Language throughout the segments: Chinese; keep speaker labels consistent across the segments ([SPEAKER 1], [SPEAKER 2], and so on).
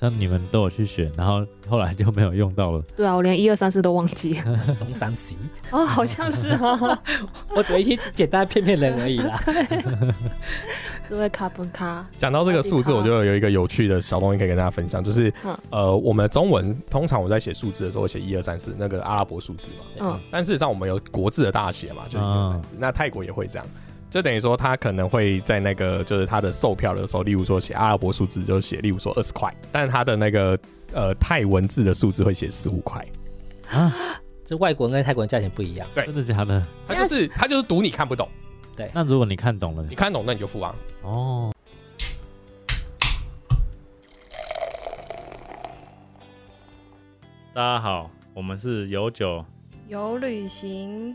[SPEAKER 1] 像你们都有去学，然后后来就没有用到了。
[SPEAKER 2] 对啊，我连一二三四都忘 记了
[SPEAKER 3] 松三十，
[SPEAKER 2] 哦，好像是 啊，
[SPEAKER 3] 我只会一些简单骗骗人而已啦。
[SPEAKER 2] 只会卡本卡，
[SPEAKER 4] 讲到这个数字，我就有一个有趣的小东西可以跟大家分享，就是
[SPEAKER 2] 嗯
[SPEAKER 4] 呃，我们中文通常我在写数字的时候会写一二三四那个阿拉伯数字嘛，
[SPEAKER 2] 嗯
[SPEAKER 4] 但事实上我们有国字的大写嘛，就是一二三四。那泰国也会这样，就等于说他可能会在那个就是他的售票的时候，例如说写阿拉伯数字就写，例如说二十块，但他的那个呃泰文字的数字会写十五块，
[SPEAKER 3] 这外国人跟泰国人价钱不一样，
[SPEAKER 4] 对
[SPEAKER 1] 真的假的？
[SPEAKER 2] 哎
[SPEAKER 4] 他就是他就是赌你看不懂，
[SPEAKER 1] 那如果你看懂了
[SPEAKER 4] 你，看懂那你就付啊。
[SPEAKER 1] 哦，
[SPEAKER 5] 大家好，我们是有酒，
[SPEAKER 6] 有旅行，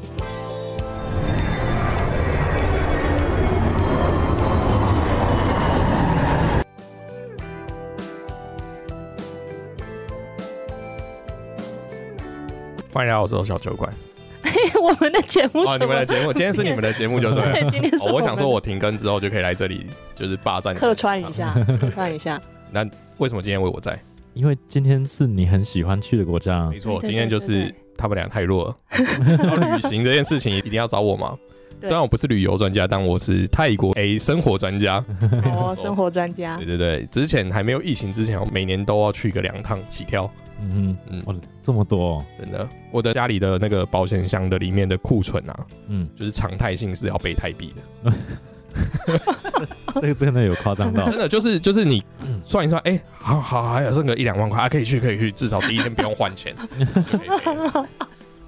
[SPEAKER 4] 欢迎来到我是小酒馆
[SPEAKER 2] 我们的节目
[SPEAKER 4] 哦，你
[SPEAKER 2] 怎
[SPEAKER 4] 们
[SPEAKER 2] 么
[SPEAKER 4] 的？节目今天是你们的节目就对了。
[SPEAKER 2] 对，今天是
[SPEAKER 4] 哦，我想说，
[SPEAKER 2] 们
[SPEAKER 4] 我停更之后就可以来这里，就是霸占你们的
[SPEAKER 2] 客串
[SPEAKER 4] 场
[SPEAKER 2] 一。 下，客串一下。
[SPEAKER 4] 为什么今天为我在？
[SPEAKER 1] 因为今天是你很喜欢去的国家啊
[SPEAKER 4] 没，错，
[SPEAKER 6] 对对
[SPEAKER 4] 今天就
[SPEAKER 6] 对
[SPEAKER 4] 是
[SPEAKER 6] 对
[SPEAKER 4] 他们俩太 弱了。 然后旅行这件事情一定要找我嘛。
[SPEAKER 2] 对
[SPEAKER 4] 虽然我不是旅游专家，但我是泰 国诶生活专家。
[SPEAKER 2] 好哦，生活专家
[SPEAKER 4] 对，对对，之前还没有疫情之前，我每年都要去个两趟起跳。
[SPEAKER 1] 嗯
[SPEAKER 4] 嗯
[SPEAKER 1] 嗯，哇，这么多哦，
[SPEAKER 4] 真的，我的家里的那个保险箱的里面的库存啊，
[SPEAKER 1] 嗯，
[SPEAKER 4] 就是常态性是要被泰币的。
[SPEAKER 1] 这个真的有夸张到
[SPEAKER 4] 真，的就是就是你算一算，哎、好好还有剩个一两万块，啊，可以去可以去，至少第一天不用换钱。 就可以飞了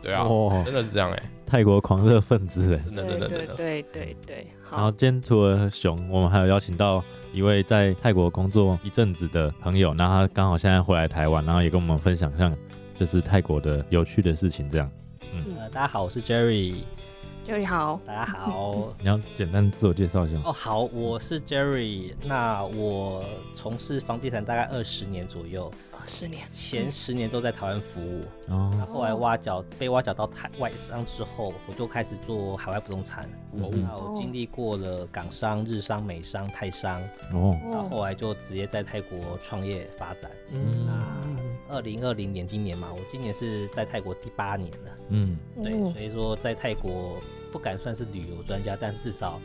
[SPEAKER 4] 对啊，
[SPEAKER 1] 哦，
[SPEAKER 4] 真的是这样哎、
[SPEAKER 1] 泰国狂热分子哎。
[SPEAKER 4] 真的
[SPEAKER 2] 对
[SPEAKER 4] 真的
[SPEAKER 2] 对
[SPEAKER 4] 真的。
[SPEAKER 2] 对对对，
[SPEAKER 1] 然后
[SPEAKER 2] 好，
[SPEAKER 1] 今天除了熊，我们还有邀请到一位在泰国工作一阵子的朋友，然后他刚好现在回来台湾，然后也跟我们分享像就是泰国的有趣的事情这样。
[SPEAKER 3] 呃，大家好，我是 Jerry。
[SPEAKER 2] 就你好，
[SPEAKER 3] 大家好。
[SPEAKER 1] 你要简单自我介绍一下吗。
[SPEAKER 3] 哦，好，我是 Jerry。那我从事房地产大概二十年左右，
[SPEAKER 2] 二十年，
[SPEAKER 3] 前十年都在台湾服务，
[SPEAKER 1] 哦，
[SPEAKER 3] 后来挖角被挖角到台外商之后，我就开始做海外不动产。
[SPEAKER 1] 嗯
[SPEAKER 3] 然后经历过了港商、日商、美商、泰商，
[SPEAKER 1] 哦，
[SPEAKER 3] 然后后来就直接在泰国创业发展。
[SPEAKER 1] 嗯
[SPEAKER 3] 二零二零年今年嘛，我今年是在泰国第八年了，
[SPEAKER 1] 嗯，
[SPEAKER 3] 对，
[SPEAKER 2] 哦
[SPEAKER 3] 所以说在泰国不敢算是旅游专家，但是至少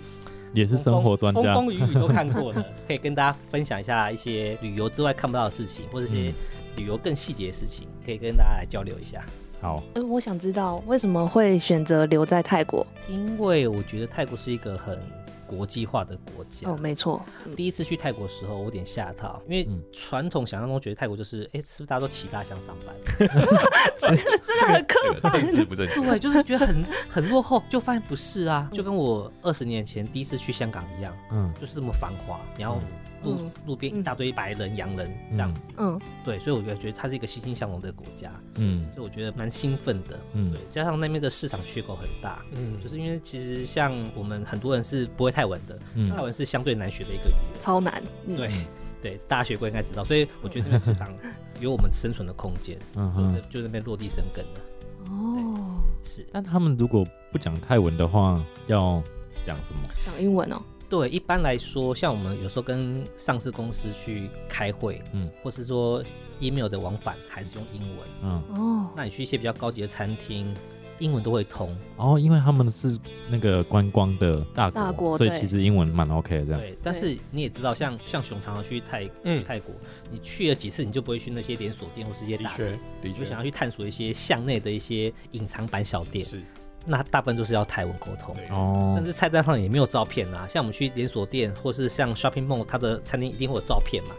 [SPEAKER 1] 也是生活专家
[SPEAKER 3] 风，风雨雨都看 过了，可以跟大家分享一下一些旅游之外看不到的事情，或者一
[SPEAKER 1] 嗯
[SPEAKER 3] 些旅游更细节的事情，可以跟大家来交流一下。
[SPEAKER 1] 好，
[SPEAKER 2] 哎，我想知道为什么会选择留在泰国？
[SPEAKER 3] 因为我觉得泰国是一个很国际化的国家，
[SPEAKER 2] 哦，没错，
[SPEAKER 3] 第一次去泰国的时候，我有点吓到，因为
[SPEAKER 1] 嗯
[SPEAKER 3] 传统想象中觉得泰国就是，哎、是不是大家都骑大象上班？
[SPEAKER 2] 真的很刻
[SPEAKER 4] 这个政治不正 确。
[SPEAKER 3] 对，就是觉得很很落后，就发现不是啊，就跟我二十年前第一次去香港一样，
[SPEAKER 1] 嗯
[SPEAKER 3] 就是这么繁华，然后路、
[SPEAKER 2] 嗯
[SPEAKER 3] 路边一大堆白人、洋人这样子，
[SPEAKER 2] 嗯，
[SPEAKER 3] 对，所以我觉得觉得它是一个欣欣向荣的国家，
[SPEAKER 1] 嗯
[SPEAKER 3] 所以我觉得蛮兴奋的，
[SPEAKER 1] 嗯
[SPEAKER 3] 对，加上那边的市场缺口很大。
[SPEAKER 4] 嗯
[SPEAKER 3] 就是因为其实像我们很多人是不会泰文的，泰
[SPEAKER 1] 嗯，
[SPEAKER 3] 文是相对难学的一个语言，
[SPEAKER 2] 超难，嗯
[SPEAKER 3] 对对，大学过应该知道，所以我觉得那个市场 有我们生存的空间，
[SPEAKER 1] 嗯
[SPEAKER 3] 所以
[SPEAKER 1] 哼
[SPEAKER 3] 就。就那边落地生根了。
[SPEAKER 2] 哦，
[SPEAKER 3] 是
[SPEAKER 1] 但他们如果不讲泰文的话，要讲什么？
[SPEAKER 2] 讲英文哦，
[SPEAKER 3] 对，一般来说，像我们有时候跟上市公司去开会，
[SPEAKER 1] 嗯
[SPEAKER 3] 嗯，或是说 email 的往返，还是用英文。
[SPEAKER 1] 嗯，
[SPEAKER 2] 哦，
[SPEAKER 3] 那你去一些比较高级的餐厅，英文都会通。
[SPEAKER 1] 哦，因为他们是那个观光的大国，
[SPEAKER 2] 大国
[SPEAKER 1] 所以
[SPEAKER 2] 对
[SPEAKER 1] 其实英文蛮 OK 的这样。
[SPEAKER 3] 对，但是你也知道，像像熊常常去泰去
[SPEAKER 4] 啊嗯
[SPEAKER 3] 泰国，你去了几次，你就不会去那些连锁店或是一些
[SPEAKER 4] 的
[SPEAKER 3] 大店，
[SPEAKER 4] 确，的
[SPEAKER 3] 你就
[SPEAKER 4] 确
[SPEAKER 3] 想要去探索一些巷内的一些隐藏版小店。
[SPEAKER 4] 是，
[SPEAKER 3] 那大部分都是要泰文沟通。
[SPEAKER 4] 对
[SPEAKER 1] 哦
[SPEAKER 3] 甚，至菜单上也没有照片啊。像我们去连锁店或是像 shopping mall，它的餐厅一定会有照片嘛。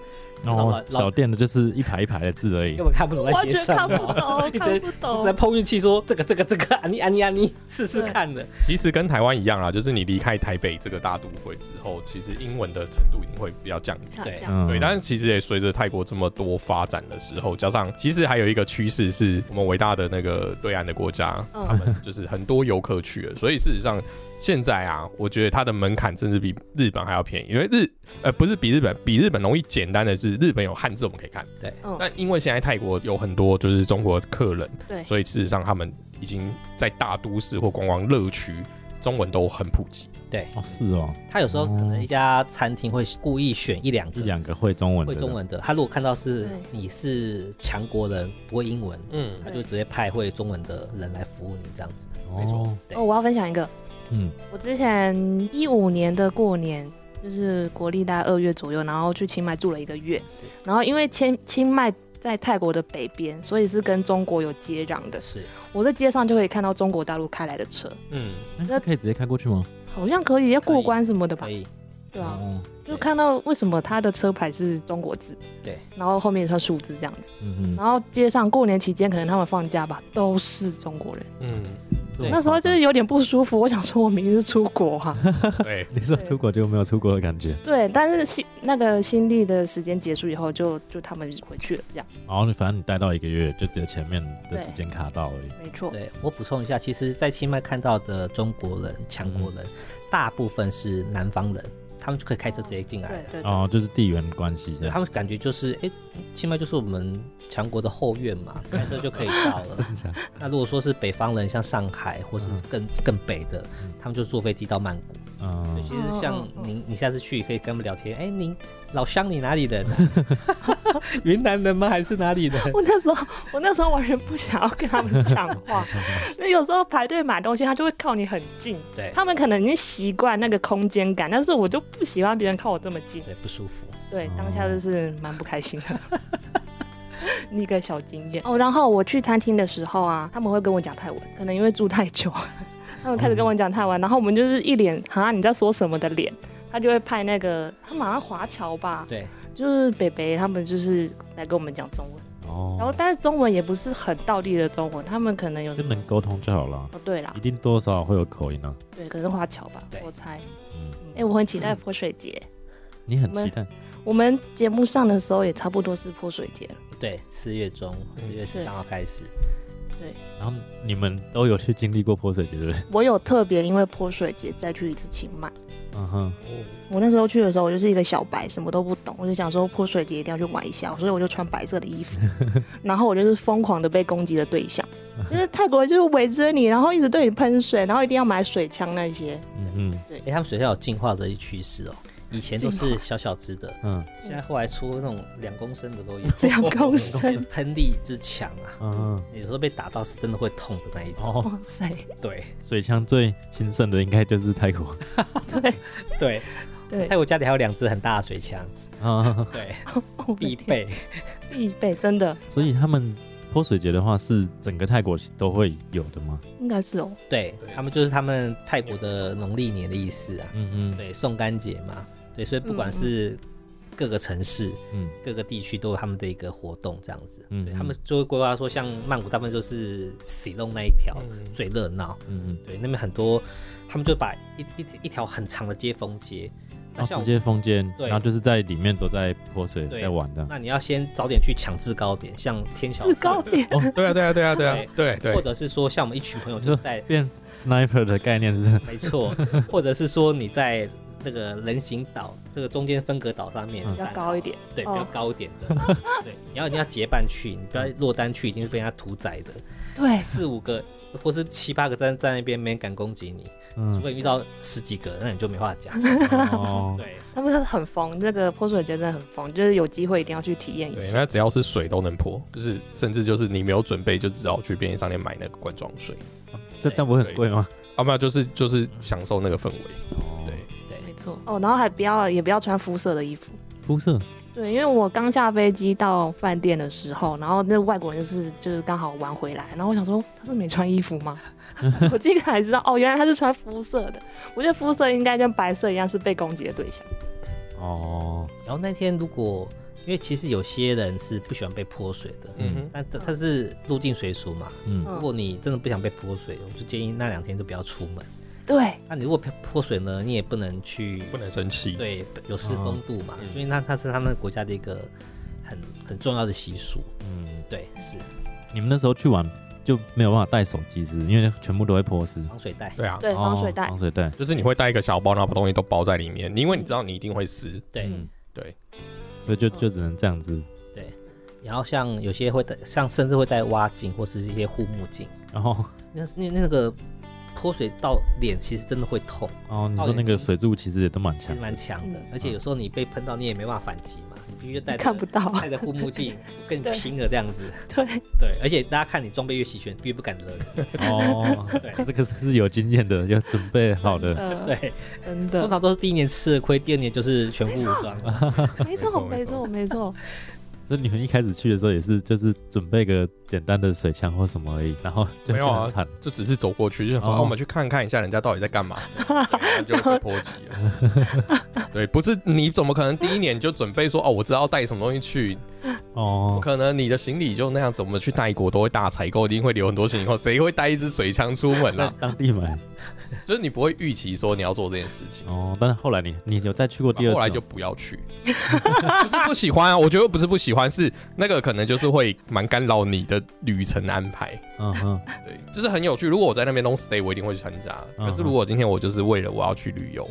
[SPEAKER 3] 至
[SPEAKER 1] 然
[SPEAKER 3] 少
[SPEAKER 1] 后
[SPEAKER 3] 老
[SPEAKER 1] 小
[SPEAKER 3] 老
[SPEAKER 1] 店的就是一排一排的字而已
[SPEAKER 3] 根。本看不懂在
[SPEAKER 2] 完
[SPEAKER 3] 写
[SPEAKER 2] 全
[SPEAKER 3] 什么，
[SPEAKER 2] 看不 懂，
[SPEAKER 3] 一
[SPEAKER 2] 看
[SPEAKER 3] 直
[SPEAKER 2] 不
[SPEAKER 3] 一直在
[SPEAKER 2] 懂，
[SPEAKER 3] 碰运气说这个这个这个啊安妮安妮安妮试试看的。
[SPEAKER 4] 其实跟台湾一样啦，就是你离开台北这个大都会之后，其实英文的程度一定会比较降低。
[SPEAKER 3] 对
[SPEAKER 2] 讲
[SPEAKER 1] 嗯，
[SPEAKER 4] 对，但是其实也随着泰国这么多发展的时候，加上其实还有一个趋势是我们伟大的那个对岸的国家，
[SPEAKER 2] 嗯
[SPEAKER 4] 他们就是很多游客去了，所以事实上现在啊，我觉得它的门槛甚至比日本还要便宜，因为日呃不是比日本，比日本容易简单的是日本有汉字我们可以看，
[SPEAKER 3] 对
[SPEAKER 2] 嗯
[SPEAKER 4] 那因为现在泰国有很多就是中国客人，
[SPEAKER 2] 对
[SPEAKER 4] 所以事实上他们已经在大都市或观光乐区，中文都很普及。
[SPEAKER 3] 对，
[SPEAKER 1] 哦，是哦，
[SPEAKER 3] 他有时候可能一家餐厅会故意选一两
[SPEAKER 1] 一
[SPEAKER 3] 个
[SPEAKER 1] 两个会中文的，
[SPEAKER 3] 会中文的，他如果看到是
[SPEAKER 2] 对
[SPEAKER 3] 你是强国人不会英文，
[SPEAKER 4] 嗯
[SPEAKER 3] 他就直接派会中文的人来服务你这样子。
[SPEAKER 1] 哦，
[SPEAKER 4] 没错
[SPEAKER 3] 对
[SPEAKER 2] 哦，我要分享一个，
[SPEAKER 1] 嗯，
[SPEAKER 2] 我之前一五年的过年，就是国历大概二月左右，然后去清迈住了一个月
[SPEAKER 3] 是。
[SPEAKER 2] 然后因为清清迈在泰国的北边，所以是跟中国有接壤的。
[SPEAKER 3] 是，
[SPEAKER 2] 我在街上就可以看到中国大陆开来的车，
[SPEAKER 4] 嗯，
[SPEAKER 1] 那可以直接开过去吗？
[SPEAKER 2] 好像可以要啊
[SPEAKER 3] 可
[SPEAKER 2] 过
[SPEAKER 3] 以
[SPEAKER 2] 关什么的吧
[SPEAKER 3] 可？以
[SPEAKER 2] 对啊，
[SPEAKER 1] 哦，
[SPEAKER 2] 就看到为什么他的车牌是中国字，
[SPEAKER 3] 对，
[SPEAKER 2] 然后后面一串数字这样子。
[SPEAKER 1] 嗯
[SPEAKER 2] 然后街上过年期间可能他们放假吧，都是中国人。
[SPEAKER 4] 嗯，
[SPEAKER 1] 哼，
[SPEAKER 2] 那时候就是有点不舒服，我想说我明明是出国啊哈、
[SPEAKER 4] 对，
[SPEAKER 1] 你说出国就没有出国的感觉，
[SPEAKER 2] 对，但是新那个新历的时间结束以后就，就他们回去了，这样
[SPEAKER 1] 然后反正哦你待到一个月，就只有前面的时间卡到而已。
[SPEAKER 2] 没错。
[SPEAKER 3] 对我补充一下，其实，在清迈看到的中国人、强
[SPEAKER 1] 嗯
[SPEAKER 3] 国人，大部分是南方人，他们就可以开车直接进来
[SPEAKER 2] 对
[SPEAKER 3] 了。
[SPEAKER 2] 对对，
[SPEAKER 1] 哦，就是地缘关系这
[SPEAKER 3] 对
[SPEAKER 1] 样。
[SPEAKER 3] 他们感觉就是，哎、清迈就是我们强国的后院嘛，开车就可以到 了。
[SPEAKER 1] 真假
[SPEAKER 3] 那如果说是北方人，像上海或是更更北的
[SPEAKER 1] 嗯，
[SPEAKER 3] 他们就坐飞机到曼谷。
[SPEAKER 1] 嗯
[SPEAKER 3] 对，其实像
[SPEAKER 2] 嗯嗯嗯
[SPEAKER 3] 您，你下次去也可以跟他们聊天。哎、您老乡，你哪 里人、啊？云南人吗？还是哪里人？
[SPEAKER 2] 我那时候我那时候完全不想要跟他们讲话，那有时候排队买东西，他就会靠你很近，
[SPEAKER 3] 对，
[SPEAKER 2] 他们可能已经习惯那个空间感，但是我就不喜欢别人靠我这么近，
[SPEAKER 3] 对不舒服。
[SPEAKER 2] 对
[SPEAKER 1] 哦，
[SPEAKER 2] 当下就是蛮不开心的。 一个小经验哦，然后我去餐厅的时候啊，他们会跟我讲泰文，可能因为住太久，啊他们开始跟我讲泰文，然后我们就是一脸“哈你在说什么”的脸，他就会派那个他们好像华侨吧，
[SPEAKER 3] 对，
[SPEAKER 2] 就是北北他们就是来跟我们讲中文，然后
[SPEAKER 1] 哦，
[SPEAKER 2] 但是中文也不是很道地的中文，他们可能有
[SPEAKER 1] 就
[SPEAKER 2] 什么
[SPEAKER 1] 能沟通就好了，
[SPEAKER 2] 哦对啦
[SPEAKER 1] 一，定多少会有口音啊。
[SPEAKER 2] 对，可能是华侨吧
[SPEAKER 3] 对，
[SPEAKER 2] 我猜。
[SPEAKER 1] 嗯，
[SPEAKER 2] 哎、我很期待泼水节，
[SPEAKER 1] 你很期待
[SPEAKER 2] 我们节目上的时候也差不多是泼水节了，
[SPEAKER 3] 对，四月中，
[SPEAKER 1] 嗯
[SPEAKER 3] 四月十三号开始。
[SPEAKER 1] 然后你们都有去经历过泼水节，对不对？
[SPEAKER 7] 我有特别因为泼水节再去一次清迈。
[SPEAKER 1] 嗯哼，
[SPEAKER 7] 我那时候去的时候，我就是一个小白，什么都不懂，我就想说泼水节一定要去玩一下，所以我就穿白色的衣服，然后我就是疯狂的被攻击的对象，
[SPEAKER 2] 就是泰国人就是围着你，然后一直对你喷水，然后一定要买水枪那些。，
[SPEAKER 1] 嗯哼，
[SPEAKER 3] 哎、他们学校有进化的一趋势哦，以前都是小小只的，
[SPEAKER 1] 嗯
[SPEAKER 3] 现在后来出那种两公升的 都有
[SPEAKER 2] 两公升，
[SPEAKER 3] 喷力之强啊，
[SPEAKER 1] 嗯哼，
[SPEAKER 3] 有时候被打到是真的会痛的那一种。
[SPEAKER 1] 哦，
[SPEAKER 2] 哇塞，
[SPEAKER 3] 对
[SPEAKER 1] 水枪最兴盛的应该就是泰国。
[SPEAKER 2] 对
[SPEAKER 3] 对，
[SPEAKER 2] 对哦
[SPEAKER 3] 泰，国家里还有两只很大的水枪，
[SPEAKER 1] 啊，
[SPEAKER 3] 对，
[SPEAKER 2] 我的
[SPEAKER 3] 必
[SPEAKER 2] 天
[SPEAKER 3] 备。
[SPEAKER 2] 必备，真的
[SPEAKER 1] 所以他们泼水节的话是整个泰国都会有的吗？
[SPEAKER 2] 应该是哦。
[SPEAKER 3] 对他们就是他们泰国的农历年的意思啊，
[SPEAKER 1] 嗯嗯
[SPEAKER 3] 对，宋干节嘛，对，所以不
[SPEAKER 2] 嗯
[SPEAKER 3] 管是各个城市、
[SPEAKER 1] 嗯
[SPEAKER 3] 各个地区都有他们的一个活动这样子。
[SPEAKER 1] 嗯
[SPEAKER 3] 对
[SPEAKER 1] 嗯
[SPEAKER 3] 他们就会规划说，像曼谷大部分就是喜弄那一条
[SPEAKER 4] 嗯
[SPEAKER 3] 最热闹，
[SPEAKER 1] 嗯
[SPEAKER 3] 对，那边很多，他们就把一一一条很长的街封街。
[SPEAKER 1] 嗯，
[SPEAKER 3] 那
[SPEAKER 1] 然后
[SPEAKER 3] 像
[SPEAKER 1] 直
[SPEAKER 3] 我、
[SPEAKER 1] 接封街，
[SPEAKER 3] 对
[SPEAKER 1] 然后就是在里面都在泼水
[SPEAKER 3] 对
[SPEAKER 1] 在玩的。
[SPEAKER 3] 那你要先早点去抢制高点，像天桥
[SPEAKER 2] 制
[SPEAKER 3] 上
[SPEAKER 2] 高，点，
[SPEAKER 4] 对啊，对啊，对啊，对啊，对
[SPEAKER 3] 或
[SPEAKER 4] 对，
[SPEAKER 3] 者是说像我们一群朋友
[SPEAKER 1] 你
[SPEAKER 3] 就
[SPEAKER 1] 说
[SPEAKER 3] 在，
[SPEAKER 1] 变 sniper 的概念是
[SPEAKER 3] 没错，或者是说你在这个人行岛这个中间分隔岛上面
[SPEAKER 1] 嗯
[SPEAKER 2] 比较高一，点。
[SPEAKER 3] 对，比
[SPEAKER 2] 哦
[SPEAKER 3] 较高一点的，对，你要你要结伴去，你不要落单去，一定是被人家屠宰的，
[SPEAKER 2] 对，
[SPEAKER 3] 四五个。或是七八个站在那边，没人敢攻击你，除
[SPEAKER 1] 嗯
[SPEAKER 3] 非遇到十几个，那你就没话讲。
[SPEAKER 1] 哦，
[SPEAKER 3] 对，
[SPEAKER 2] 他们很疯，这个泼水节真的很疯，就是有机会一定要去体验一
[SPEAKER 4] 对，
[SPEAKER 2] 下。
[SPEAKER 4] 那只要是水都能泼，就是甚至就是你没有准备，就只好去便利商店买那个罐装水。
[SPEAKER 1] 这这样不会很贵吗？
[SPEAKER 4] 啊，没有，就是就是享受那个氛围。
[SPEAKER 1] 哦
[SPEAKER 4] 对，，
[SPEAKER 2] 没错哦，然后还不要也不要穿肤色的衣服。
[SPEAKER 1] 肤色
[SPEAKER 2] 对，因为我刚下飞机到饭店的时候，然后那外国人就是就是刚好玩回来，然后我想说他是没穿衣服吗？ 我这个才知道哦，原来他是穿肤色的。我觉得肤色应该跟白色一样是被攻击的对象。
[SPEAKER 1] 哦，
[SPEAKER 3] 然后那天如果，因为其实有些人是不喜欢被泼水的，
[SPEAKER 1] 嗯
[SPEAKER 4] 嗯
[SPEAKER 3] 但他他是入境随俗嘛。
[SPEAKER 1] 嗯，
[SPEAKER 3] 如果你真的不想被泼水，我就建议那两天都不要出门。
[SPEAKER 2] 对，
[SPEAKER 3] 那你如果被泼水呢，你也不能去
[SPEAKER 4] 哼，，不能生气。
[SPEAKER 3] 对，
[SPEAKER 1] 哦
[SPEAKER 3] 有失风度嘛，
[SPEAKER 4] 嗯
[SPEAKER 3] 因为那它是他们国家的一个很很重要的习俗。
[SPEAKER 1] 嗯，
[SPEAKER 3] 对，是
[SPEAKER 1] 你们那时候去玩，就没有办法带手机，是因为全部都会泼湿。
[SPEAKER 3] 防水袋，
[SPEAKER 4] 对啊，
[SPEAKER 2] 对，防水
[SPEAKER 1] 哦
[SPEAKER 2] 袋
[SPEAKER 1] 防。水袋，
[SPEAKER 4] 就是你会带一个小包，然后把东西都包在里面，你因为你知道你一定会湿。
[SPEAKER 3] 对。
[SPEAKER 1] 嗯，
[SPEAKER 4] 对，
[SPEAKER 1] 所以就就只能这样子。
[SPEAKER 3] 然后像有些会带，像甚至会带蛙镜或是一些护目镜，
[SPEAKER 1] 然后
[SPEAKER 3] 那那那个泼水到脸其实真的会痛，
[SPEAKER 1] 哦，你
[SPEAKER 3] 到
[SPEAKER 1] 说那
[SPEAKER 3] 眼
[SPEAKER 1] 个
[SPEAKER 3] 睛
[SPEAKER 1] 水柱其实也都蛮
[SPEAKER 3] 其
[SPEAKER 1] 强
[SPEAKER 3] 实，蛮强的，而且有时候你被喷到你也没办法反击嘛，你必须就戴
[SPEAKER 2] 嗯
[SPEAKER 3] 着
[SPEAKER 2] 看不到啊
[SPEAKER 3] 戴着护 目镜跟你
[SPEAKER 2] 对
[SPEAKER 3] 拼了这样子，
[SPEAKER 2] 对，
[SPEAKER 3] 对，而且大家看你装备越齐全，越不敢惹你，
[SPEAKER 1] 哦， 这个是有经验的，有准备好的。
[SPEAKER 2] 呃，
[SPEAKER 3] 对，
[SPEAKER 2] 真
[SPEAKER 3] 通
[SPEAKER 2] 的，
[SPEAKER 3] 常都是第一年吃了亏，第二年就是全副武装，
[SPEAKER 2] 没
[SPEAKER 4] 错
[SPEAKER 2] 错，没错，没错。
[SPEAKER 1] 所以你们一开始去的时候也是，就是准备个简单的水枪或什么而已，然后就
[SPEAKER 4] 没有啊
[SPEAKER 1] 很惨。
[SPEAKER 4] 就只是走过去，就想说，
[SPEAKER 1] 哦
[SPEAKER 4] 啊我们去看看一下人家到底在干嘛，对然后就被波及了。对，不是你怎么可能第一年你就准备说，哦，我知道带什么东西去，不
[SPEAKER 1] 哦，
[SPEAKER 4] 可能你的行李就那样子。我们去泰国都会大采购，一定会留很多行李后，谁会带一支水枪出门啊？
[SPEAKER 1] 当地买
[SPEAKER 4] 就是你不会预期说你要做这件事情。
[SPEAKER 1] 哦，但是后来你你有再去过第二次吗？啊
[SPEAKER 4] 后来就不要去， 不是不喜欢啊，我觉得不是不喜欢，是那个可能就是会蛮干扰你的旅程安排。
[SPEAKER 1] 嗯哼，
[SPEAKER 4] 对，就是很有趣。如果我在那边 long stay，我一定会去参加。
[SPEAKER 1] 嗯
[SPEAKER 4] 可是如果今天我就是为了我要去旅游，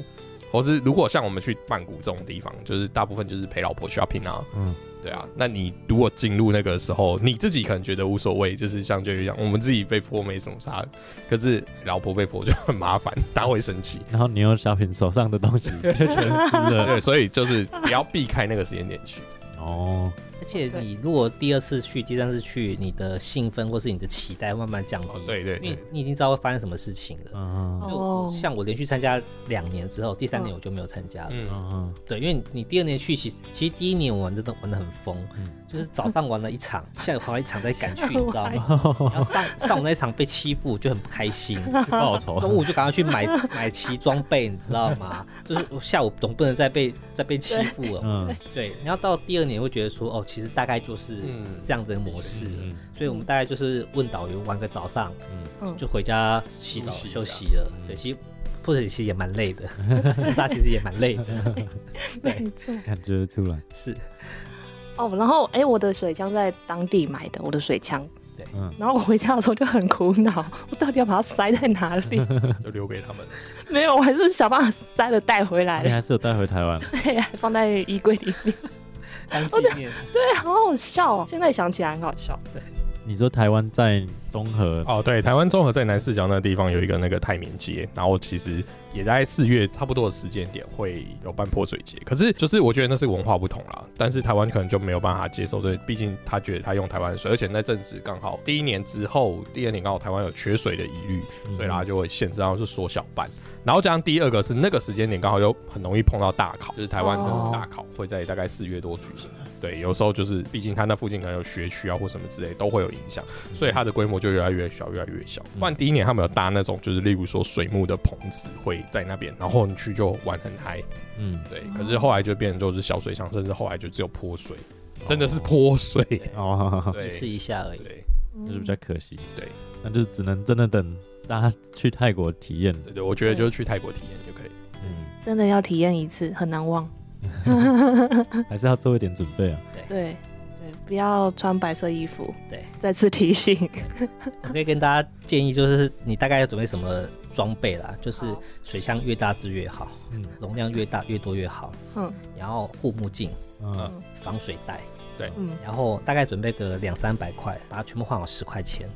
[SPEAKER 4] 或是如果像我们去曼谷这种地方，就是大部分就是陪老婆 shopping 啊，
[SPEAKER 1] 嗯
[SPEAKER 4] 对啊。那你如果进入那个时候，你自己可能觉得无所谓，就是像就一样，我们自己被泼没什么差，可是老婆被泼就很麻烦，她会生气。
[SPEAKER 1] 然后你用小品手上的东西就全湿 了。
[SPEAKER 4] 对，所以就是不要避开那个时间点去。
[SPEAKER 1] 哦，
[SPEAKER 3] 而且你如果第二次去、第三次去，你的兴奋或是你的期待慢慢降低，
[SPEAKER 4] 哦对对
[SPEAKER 3] 因为
[SPEAKER 4] 对
[SPEAKER 3] 你已经知道会发生什么事情了。
[SPEAKER 1] 嗯哼，
[SPEAKER 3] 就
[SPEAKER 2] 哦
[SPEAKER 3] 像我连续参加两年之后，第三
[SPEAKER 2] 嗯
[SPEAKER 3] 年我就没有参加了。
[SPEAKER 4] 嗯，
[SPEAKER 1] 嗯哼，
[SPEAKER 3] 对，因为你第二年去，其实其实第一年我玩真的玩的很疯，
[SPEAKER 1] 嗯
[SPEAKER 3] 就是早上玩了 一场，下午玩了一场再赶去，你知道
[SPEAKER 2] 吓
[SPEAKER 3] 吗？然后上上午那一场被欺负，我就很不开心。
[SPEAKER 4] 哦
[SPEAKER 1] 去报仇。
[SPEAKER 3] 中午就赶快去买 买齐装备，你知道吗？就是我下午总不能再被再被欺负了。
[SPEAKER 1] 嗯
[SPEAKER 3] 对，然后到第二年会觉得说，哦，其实大概就是
[SPEAKER 4] 嗯
[SPEAKER 3] 这样子的模式了
[SPEAKER 1] 嗯
[SPEAKER 3] 所以我们大概就是问导游玩个早上，
[SPEAKER 1] 嗯
[SPEAKER 3] 就回家洗澡
[SPEAKER 4] 休息一下
[SPEAKER 3] 休息
[SPEAKER 4] 嗯
[SPEAKER 3] 了。对，其实或者其实也蛮累 的，自杀其实也蛮累 的。
[SPEAKER 2] 没错。
[SPEAKER 1] 感觉得出来。
[SPEAKER 3] 是，
[SPEAKER 2] 哦，然后哎，我的水枪在当地买的，我的水枪。
[SPEAKER 3] 对
[SPEAKER 1] 嗯
[SPEAKER 2] 然后我回家的时候就很苦恼，我到底要把它塞在哪里？
[SPEAKER 4] 就留给他们。
[SPEAKER 2] 没有，我还是想办法塞了带回来
[SPEAKER 1] 你
[SPEAKER 2] 了，
[SPEAKER 1] 还是有带回台湾，
[SPEAKER 2] 对，还放在衣柜里 面。
[SPEAKER 3] 当纪念。
[SPEAKER 2] 对，好好笑哦！现在想起来很好笑。
[SPEAKER 1] 你说台湾在综合
[SPEAKER 4] 哦，对，台湾综合在南四角那个地方有一个那个泰民街，然后其实也在四月差不多的时间点会有办泼水节，可是就是我觉得那是文化不同啦，但是台湾可能就没有办法接受，这毕竟他觉得他用台湾的水，而且那阵子刚好第一年之后，第二年刚好台湾有缺水的疑虑，所以大家就会限制，然后是缩小办，然后加上第二个是那个时间点刚好又很容易碰到大考，就是台湾的大考会在大概四月多举行，对，有时候就是毕竟它那附近可能有学区啊或什么之类都会有影响。所以它的规模就越来越小，越来越小。不然第一年他们有搭那种，就是例如说水幕的棚子会在那边，然后你去就玩很嗨，
[SPEAKER 1] 嗯
[SPEAKER 4] 对。可是后来就变成就是小水枪，甚至后来就只有泼水，真的是泼水，
[SPEAKER 1] 哦，
[SPEAKER 4] 对
[SPEAKER 3] 试一下而已。
[SPEAKER 4] 对
[SPEAKER 1] 就是比较可惜。
[SPEAKER 4] 对
[SPEAKER 1] 那就只能真的等大家去泰国体验。
[SPEAKER 4] 对对，我觉得就是去泰国体验就可以。
[SPEAKER 1] 嗯，
[SPEAKER 2] 真的要体验一次，很难忘。
[SPEAKER 1] 还是要做一点准备啊。
[SPEAKER 2] 对，对，不要穿白色衣服。
[SPEAKER 3] 对，
[SPEAKER 2] 再次提醒。
[SPEAKER 3] 我可以跟大家建议，就是你大概要准备什么装备啦，就是
[SPEAKER 2] 好
[SPEAKER 3] 水枪越大只越好，
[SPEAKER 1] 嗯
[SPEAKER 3] 容量越大越多越好。
[SPEAKER 2] 嗯
[SPEAKER 3] 然后护目镜、
[SPEAKER 1] 嗯
[SPEAKER 3] 防水袋，
[SPEAKER 2] 嗯，
[SPEAKER 3] 然后大概准备个两三百块，把它全部换好十块钱。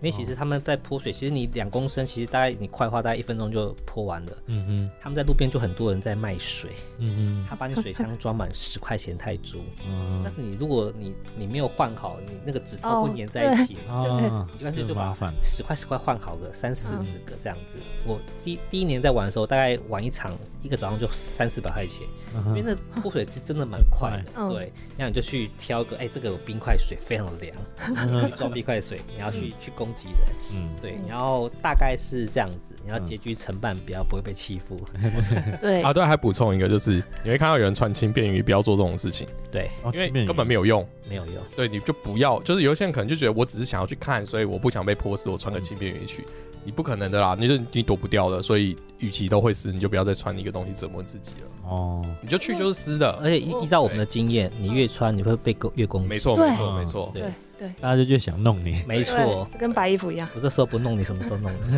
[SPEAKER 3] 因为其
[SPEAKER 2] 哦
[SPEAKER 3] 实他们在泼水，其实你两公升，其实大概你快的话，大概一分钟就泼完了。
[SPEAKER 1] 嗯哼
[SPEAKER 3] 他们在路边就很多人在卖水，
[SPEAKER 1] 嗯
[SPEAKER 3] 他把你水枪装满十块钱泰铢，
[SPEAKER 2] 嗯
[SPEAKER 1] 哼
[SPEAKER 3] 但是你如果你你没有换好，你那个纸钞
[SPEAKER 2] 哦
[SPEAKER 3] 会粘在一起，
[SPEAKER 1] 嗯啊
[SPEAKER 3] 你就干脆就
[SPEAKER 1] 这
[SPEAKER 3] 把
[SPEAKER 1] 麻烦。
[SPEAKER 3] 十块十块换好个三
[SPEAKER 2] 嗯
[SPEAKER 3] 四十个这样子。我第第一年在玩的时候，大概玩一场一个早上就三四百块钱，
[SPEAKER 1] 嗯
[SPEAKER 3] 因为
[SPEAKER 1] 哼
[SPEAKER 3] 那泼水是真的蛮快的，
[SPEAKER 2] 嗯
[SPEAKER 3] 对。然后你就去挑个，哎，这个有冰块水非常凉，去装冰块水，你要去去攻击人，
[SPEAKER 1] 嗯，
[SPEAKER 3] 对。然后大概是这样子，然后结局承办比较不会被欺负，
[SPEAKER 1] 嗯
[SPEAKER 2] 对
[SPEAKER 4] 啊，，对，还补充一个，就是你会看到有人穿轻便衣，不要做这种事情，
[SPEAKER 3] 对，
[SPEAKER 1] 哦
[SPEAKER 4] 因为
[SPEAKER 1] 前面有
[SPEAKER 4] 根本没有用。
[SPEAKER 3] 没有用。
[SPEAKER 4] 对，你就不要，就是有些人可能就觉得我只是想要去看，所以我不想被泼湿，我
[SPEAKER 3] 嗯
[SPEAKER 4] 穿个轻便雨衣去，你不可能的啦，你就是你躲不掉的，所以与其都会湿，你就不要再穿一个东西折磨自己了，
[SPEAKER 1] 哦，
[SPEAKER 4] 你就去就是湿
[SPEAKER 3] 而
[SPEAKER 4] 的，
[SPEAKER 2] 哦嗯
[SPEAKER 3] 且依依照我们的经验，你越穿你会被攻越攻击，
[SPEAKER 4] 没错
[SPEAKER 2] 对
[SPEAKER 4] 没错没错，
[SPEAKER 3] 对
[SPEAKER 2] 对对
[SPEAKER 1] 大家就越想弄你。
[SPEAKER 3] 没错，
[SPEAKER 2] 对，跟白衣服一样。
[SPEAKER 3] 我这时候不弄你，什么时候弄你？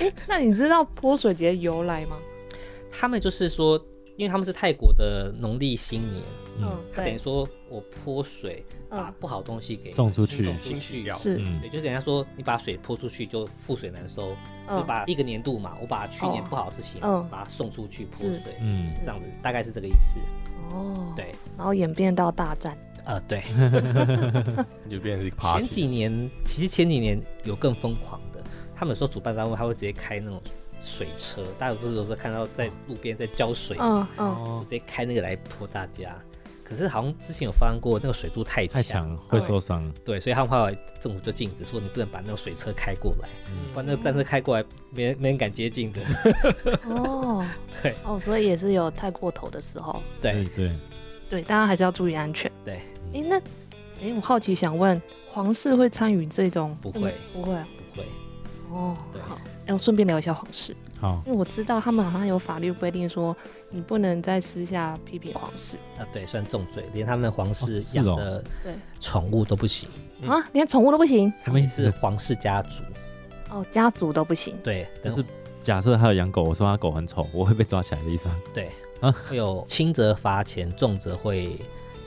[SPEAKER 2] 哎、那你知道泼水节的由来吗？
[SPEAKER 3] 他们就是说，因为他们是泰国的农历新年，
[SPEAKER 1] 嗯，
[SPEAKER 3] 他等于
[SPEAKER 2] 对，
[SPEAKER 3] 说我泼水把
[SPEAKER 2] 嗯，
[SPEAKER 3] 不好东西给
[SPEAKER 1] 送出去
[SPEAKER 3] 送
[SPEAKER 4] 清
[SPEAKER 3] 出
[SPEAKER 4] 洗
[SPEAKER 3] 去
[SPEAKER 4] 掉。
[SPEAKER 2] 是，
[SPEAKER 1] 嗯
[SPEAKER 3] 对，就是人家说你把水泼出去就覆水难收，就
[SPEAKER 2] 嗯，
[SPEAKER 3] 把一个年度嘛，我把去年
[SPEAKER 2] 哦
[SPEAKER 3] 不好的事情
[SPEAKER 2] 嗯
[SPEAKER 3] 把它送出去泼
[SPEAKER 2] 是
[SPEAKER 3] 水，
[SPEAKER 1] 嗯，
[SPEAKER 3] 这样子大概是这个意思。
[SPEAKER 2] 哦，
[SPEAKER 3] 嗯对，
[SPEAKER 2] 然后演变到大战，
[SPEAKER 3] 呃， 对，
[SPEAKER 4] 就变成一个
[SPEAKER 1] 啊
[SPEAKER 3] 前
[SPEAKER 4] party。
[SPEAKER 3] 几年其实前几年有更疯狂的，他们有时候主办单位他会直接开那种水车，大家不是有时候看到在路边在浇水，
[SPEAKER 2] 嗯嗯，
[SPEAKER 1] 哦，
[SPEAKER 3] 直接开那个来泼大家。可是好像之前有发生过那个水柱太
[SPEAKER 1] 太
[SPEAKER 3] 强，
[SPEAKER 1] 强会受伤。
[SPEAKER 3] 对，所以他们后来政府就禁止说你不能把那个水车开过来，
[SPEAKER 1] 嗯
[SPEAKER 3] 不然那个战车开过来没人没人敢接近的。
[SPEAKER 2] 哦，
[SPEAKER 3] 对
[SPEAKER 2] 哦，所以也是有太过头的时候，
[SPEAKER 1] 对
[SPEAKER 3] 对，
[SPEAKER 1] 对，
[SPEAKER 2] 对，大家还是要注意安全。
[SPEAKER 3] 对
[SPEAKER 2] 哎、那，哎、我好奇想问，皇室会参与这种？
[SPEAKER 3] 不会
[SPEAKER 2] 不会啊。
[SPEAKER 3] 不会，
[SPEAKER 2] 哦，
[SPEAKER 3] 对
[SPEAKER 2] 好，哎、我顺便聊一下皇室，
[SPEAKER 1] 好，
[SPEAKER 2] 因为我知道他们好像有法律规定说，你不能在私下批评皇室
[SPEAKER 3] 啊，对，算重罪，连他们的皇室
[SPEAKER 1] 哦是
[SPEAKER 3] 养
[SPEAKER 1] 哦
[SPEAKER 3] 的
[SPEAKER 2] 对
[SPEAKER 3] 宠物都不行，
[SPEAKER 4] 嗯
[SPEAKER 2] 啊，连宠物都不行
[SPEAKER 1] 什么意思？
[SPEAKER 3] 是皇室家族。
[SPEAKER 2] 哦，家族都不行。
[SPEAKER 3] 对，
[SPEAKER 1] 就
[SPEAKER 3] 但
[SPEAKER 1] 是
[SPEAKER 3] 是
[SPEAKER 1] 假设他有养狗，我说他狗很丑，我会被抓起来的意思吗？
[SPEAKER 3] 对
[SPEAKER 1] 啊
[SPEAKER 3] 会有轻则罚钱，重则会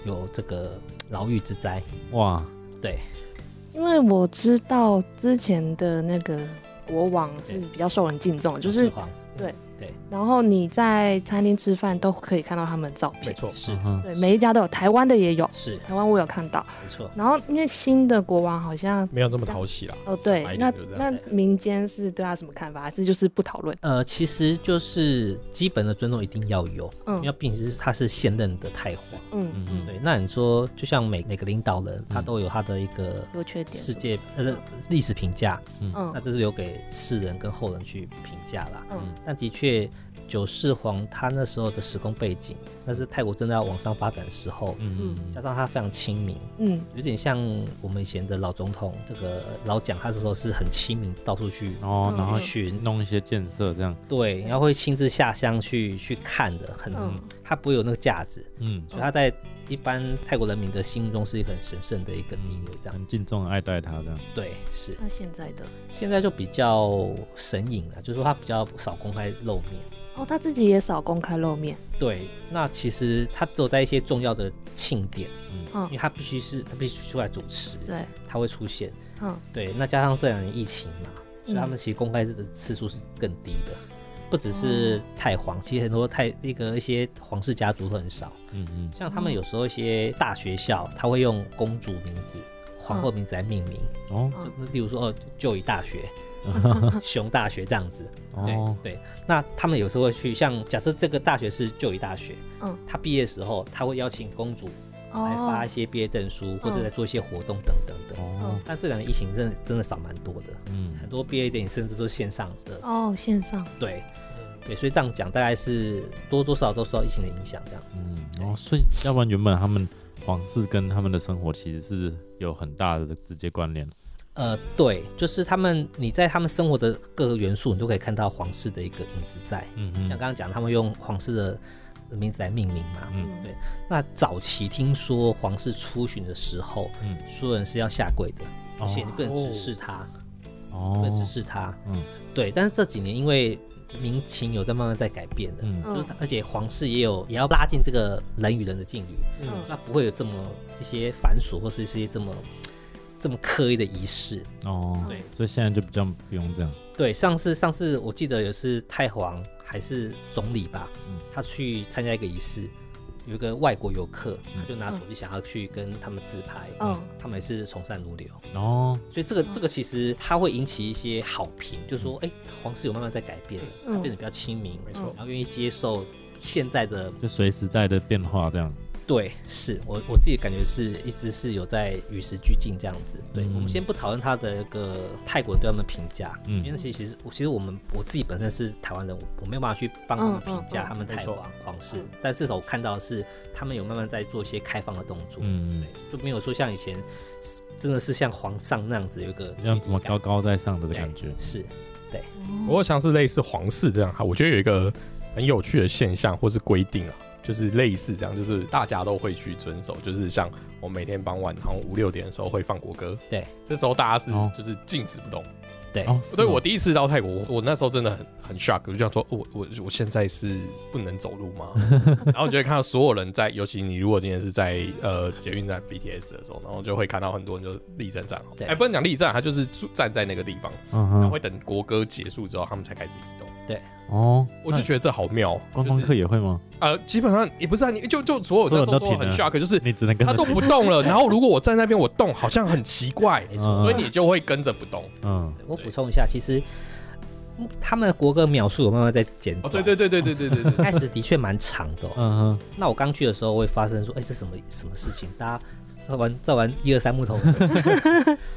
[SPEAKER 3] 有这个牢狱之灾。
[SPEAKER 1] 哇，
[SPEAKER 3] 对，
[SPEAKER 2] 因为我知道之前的那个国王是比较受人敬重的，就
[SPEAKER 3] 秦
[SPEAKER 2] 是
[SPEAKER 3] 始皇
[SPEAKER 2] 然后你在餐厅吃饭都可以看到他们的照
[SPEAKER 4] 没
[SPEAKER 2] 片，
[SPEAKER 4] 错，
[SPEAKER 3] 是
[SPEAKER 1] 嗯哼
[SPEAKER 2] 对，每一家都有，台湾的也有，
[SPEAKER 3] 是
[SPEAKER 2] 台湾我有看到。
[SPEAKER 3] 没错，
[SPEAKER 2] 然后因为新的国王好像
[SPEAKER 4] 没有这么讨喜啦。
[SPEAKER 2] 哦对
[SPEAKER 4] 白，
[SPEAKER 2] 那
[SPEAKER 4] 人就这
[SPEAKER 2] 那
[SPEAKER 4] 样
[SPEAKER 2] 民间是对他什么看法？还是就是不讨论？
[SPEAKER 3] 呃，其实就是基本的尊重一定要有，
[SPEAKER 2] 嗯
[SPEAKER 3] 因为毕竟是他是现任的太皇。
[SPEAKER 2] 嗯，
[SPEAKER 1] 嗯嗯，
[SPEAKER 3] 对，那你说，就像每每个领导人，他都有他的一个
[SPEAKER 2] 有缺点
[SPEAKER 3] 世界呃历史评价，那
[SPEAKER 2] 嗯
[SPEAKER 3] 这是留给世人跟后人去评价啦。
[SPEAKER 2] 嗯
[SPEAKER 3] 但的确，九世皇他那时候的时空背景，那是泰国真的要往上发展的时候，
[SPEAKER 1] 嗯嗯
[SPEAKER 3] 加上他非常亲民，
[SPEAKER 2] 嗯
[SPEAKER 3] 有点像我们以前的老总统这个老蒋，他是说是很亲民，到处去
[SPEAKER 1] 嗯，哦，然后
[SPEAKER 3] 去巡，
[SPEAKER 1] 弄一些建设这样，
[SPEAKER 3] 对，然后会亲自下乡去去看的，很、
[SPEAKER 2] 嗯
[SPEAKER 3] 他不会有那个架子，
[SPEAKER 1] 嗯，
[SPEAKER 3] 所以他在一般泰国人民的心目中是一个很神圣的一个地位，这
[SPEAKER 2] 嗯
[SPEAKER 3] 样、
[SPEAKER 1] 很敬重爱戴他这样。
[SPEAKER 3] 对是。
[SPEAKER 2] 那现在的
[SPEAKER 3] 现在就比较神隐了，就是说他比较少公开露面。
[SPEAKER 2] 哦，他自己也少公开露面，
[SPEAKER 3] 对，那其实他只有在一些重要的庆典，因
[SPEAKER 2] 嗯，
[SPEAKER 3] 为他必须是他必须出来主持，
[SPEAKER 2] 对，
[SPEAKER 3] 他会出现。
[SPEAKER 2] 嗯
[SPEAKER 3] 对，那加上这两年疫情嘛，所以他
[SPEAKER 2] 嗯
[SPEAKER 3] 们其实公开的次数是更低的，不只
[SPEAKER 2] 哦
[SPEAKER 3] 是太皇，其实很多太那个一些皇室家族都很少，
[SPEAKER 1] 嗯嗯，
[SPEAKER 3] 像他们有时候一些大学校，他会用公主名字、
[SPEAKER 1] 嗯
[SPEAKER 3] 皇后名字来命名，
[SPEAKER 1] 哦
[SPEAKER 2] 嗯
[SPEAKER 3] 就例如说哦，就以大学、 熊大学这样子。对、
[SPEAKER 1] 哦，
[SPEAKER 3] 对，那他们有时候会去，像假设这个大学是就医大学，
[SPEAKER 2] 嗯，
[SPEAKER 3] 他毕业的时候他会邀请公主来
[SPEAKER 2] 哦
[SPEAKER 3] 发一，些毕业证书，或者来做一些活动等等等。
[SPEAKER 1] 哦，
[SPEAKER 3] 但这两年疫情真的真的少蛮多的，
[SPEAKER 1] 嗯
[SPEAKER 3] 很多毕业典礼甚至都是线上的，
[SPEAKER 2] 哦，线上，
[SPEAKER 3] 对，对，所以这样讲大概是多多少少都受到疫情的影响，这样
[SPEAKER 1] 嗯，哦，所以要不然原本他们皇室跟他们的生活其实是有很大的直接关联。
[SPEAKER 3] 呃，对，就是他们你在他们生活的各个元素，你都可以看到皇室的一个影子在，
[SPEAKER 1] 嗯
[SPEAKER 3] 像
[SPEAKER 1] 嗯
[SPEAKER 3] 刚刚讲他们用皇室的名字来命名嘛，
[SPEAKER 1] 嗯
[SPEAKER 3] 对，那早期听说皇室出巡的时候，
[SPEAKER 1] 嗯
[SPEAKER 3] 所有人是要下跪的，而且你不能
[SPEAKER 4] 哦
[SPEAKER 3] 直视他，不
[SPEAKER 1] 哦
[SPEAKER 3] 能，直视他，
[SPEAKER 1] 嗯
[SPEAKER 3] 对。但是这几年因为民情有在慢慢在改变的，
[SPEAKER 1] 嗯
[SPEAKER 3] 就是
[SPEAKER 2] 嗯
[SPEAKER 3] 它而且皇室也有也要拉近这个人与人的距离，
[SPEAKER 2] 嗯
[SPEAKER 3] 那不会有这么这些繁琐或是一些这么这么刻意的仪式。
[SPEAKER 1] 哦，
[SPEAKER 3] 嗯对
[SPEAKER 1] 所以现在就比较不用这样。
[SPEAKER 3] 对，上次上次我记得有是太皇还是总理吧，
[SPEAKER 1] 嗯
[SPEAKER 3] 他去参加一个仪式，有一个外国游客，
[SPEAKER 1] 嗯
[SPEAKER 3] 他就拿手机想要去跟他们自拍，
[SPEAKER 2] 嗯
[SPEAKER 3] 他们也是从善如流，
[SPEAKER 1] 哦，
[SPEAKER 3] 所以这个这个其实它会引起一些好评，就说哎、皇室有慢慢在改变了，它
[SPEAKER 2] 嗯
[SPEAKER 3] 变得比较亲民，
[SPEAKER 4] 没错
[SPEAKER 3] 然后愿意接受现在的
[SPEAKER 1] 就随时代的变化这样。
[SPEAKER 3] 对，是我我自己感觉是一直是有在与时俱进这样子。对、
[SPEAKER 1] 嗯
[SPEAKER 3] 我们先不讨论他的一个泰国人对他们的评价，
[SPEAKER 1] 嗯
[SPEAKER 3] 因为其实其实我其实我们我自己本身是台湾人，我我没有办法去帮他们
[SPEAKER 2] 嗯嗯
[SPEAKER 3] 评价
[SPEAKER 2] 嗯
[SPEAKER 3] 他们
[SPEAKER 4] 没
[SPEAKER 3] 泰
[SPEAKER 4] 错
[SPEAKER 3] 王皇室，
[SPEAKER 2] 嗯
[SPEAKER 3] 啊但至少我看到的是他们有慢慢在做一些开放的动作，
[SPEAKER 1] 嗯，
[SPEAKER 3] 就没有说像以前真的是像皇上那样子有一个
[SPEAKER 1] 这样怎么
[SPEAKER 3] 距离
[SPEAKER 1] 高
[SPEAKER 3] 感
[SPEAKER 1] 高在上的感觉
[SPEAKER 3] 对。是
[SPEAKER 4] 不过像是类似皇室这样哈，我觉得有一个很有趣的现象或是规定啊，就是类似这样，就是大家都会去遵守，就是像我每天傍晚好像五六点的时候会放国歌，
[SPEAKER 3] 对，
[SPEAKER 4] 这时候大家是
[SPEAKER 1] 哦
[SPEAKER 4] 就是静止不动。
[SPEAKER 3] 对
[SPEAKER 1] 哦，
[SPEAKER 4] 对
[SPEAKER 1] 是吗
[SPEAKER 4] 我第一次到泰国，我我那时候真的很很 shock，我就想说，哦我我我现在是不能走路吗？然后你就会看到所有人在，尤其你如果今天是在呃捷运站 BTS 的时候，然后就会看到很多人就立正站好，
[SPEAKER 3] 对
[SPEAKER 4] 哎、不能讲立正，他就是住站在那个地方，
[SPEAKER 1] 嗯
[SPEAKER 4] 然后
[SPEAKER 1] 哼，
[SPEAKER 4] 会等国歌结束之后，他们才开始移动。
[SPEAKER 1] 哦，
[SPEAKER 4] 我就觉得这好妙哦，
[SPEAKER 1] 观光
[SPEAKER 4] 就
[SPEAKER 1] 客
[SPEAKER 4] 是
[SPEAKER 1] 也会吗？
[SPEAKER 4] 呃，基本上也不是啊，你就就所有
[SPEAKER 1] 所有
[SPEAKER 4] 那
[SPEAKER 1] 人
[SPEAKER 4] 时
[SPEAKER 1] 都
[SPEAKER 4] 候说我很
[SPEAKER 1] 停
[SPEAKER 4] shock，就是
[SPEAKER 1] 你只能跟
[SPEAKER 4] 他
[SPEAKER 1] 着
[SPEAKER 4] 都不动了，然后如果我站在那边我动，好像很奇怪，
[SPEAKER 3] 没
[SPEAKER 1] 嗯
[SPEAKER 3] 错。
[SPEAKER 4] 所以你就会跟着不动。
[SPEAKER 1] 嗯，
[SPEAKER 3] 我补充一下，其实嗯他们的国歌描述有慢慢在减
[SPEAKER 4] 哦，
[SPEAKER 3] 短
[SPEAKER 4] 对对对对对对对 对，
[SPEAKER 3] 开始的确蛮长的、哦。
[SPEAKER 1] 嗯哼，
[SPEAKER 3] 那我刚去的时候，我会发生说，哎、这什么什么事情？大家在玩在玩一二三木头人，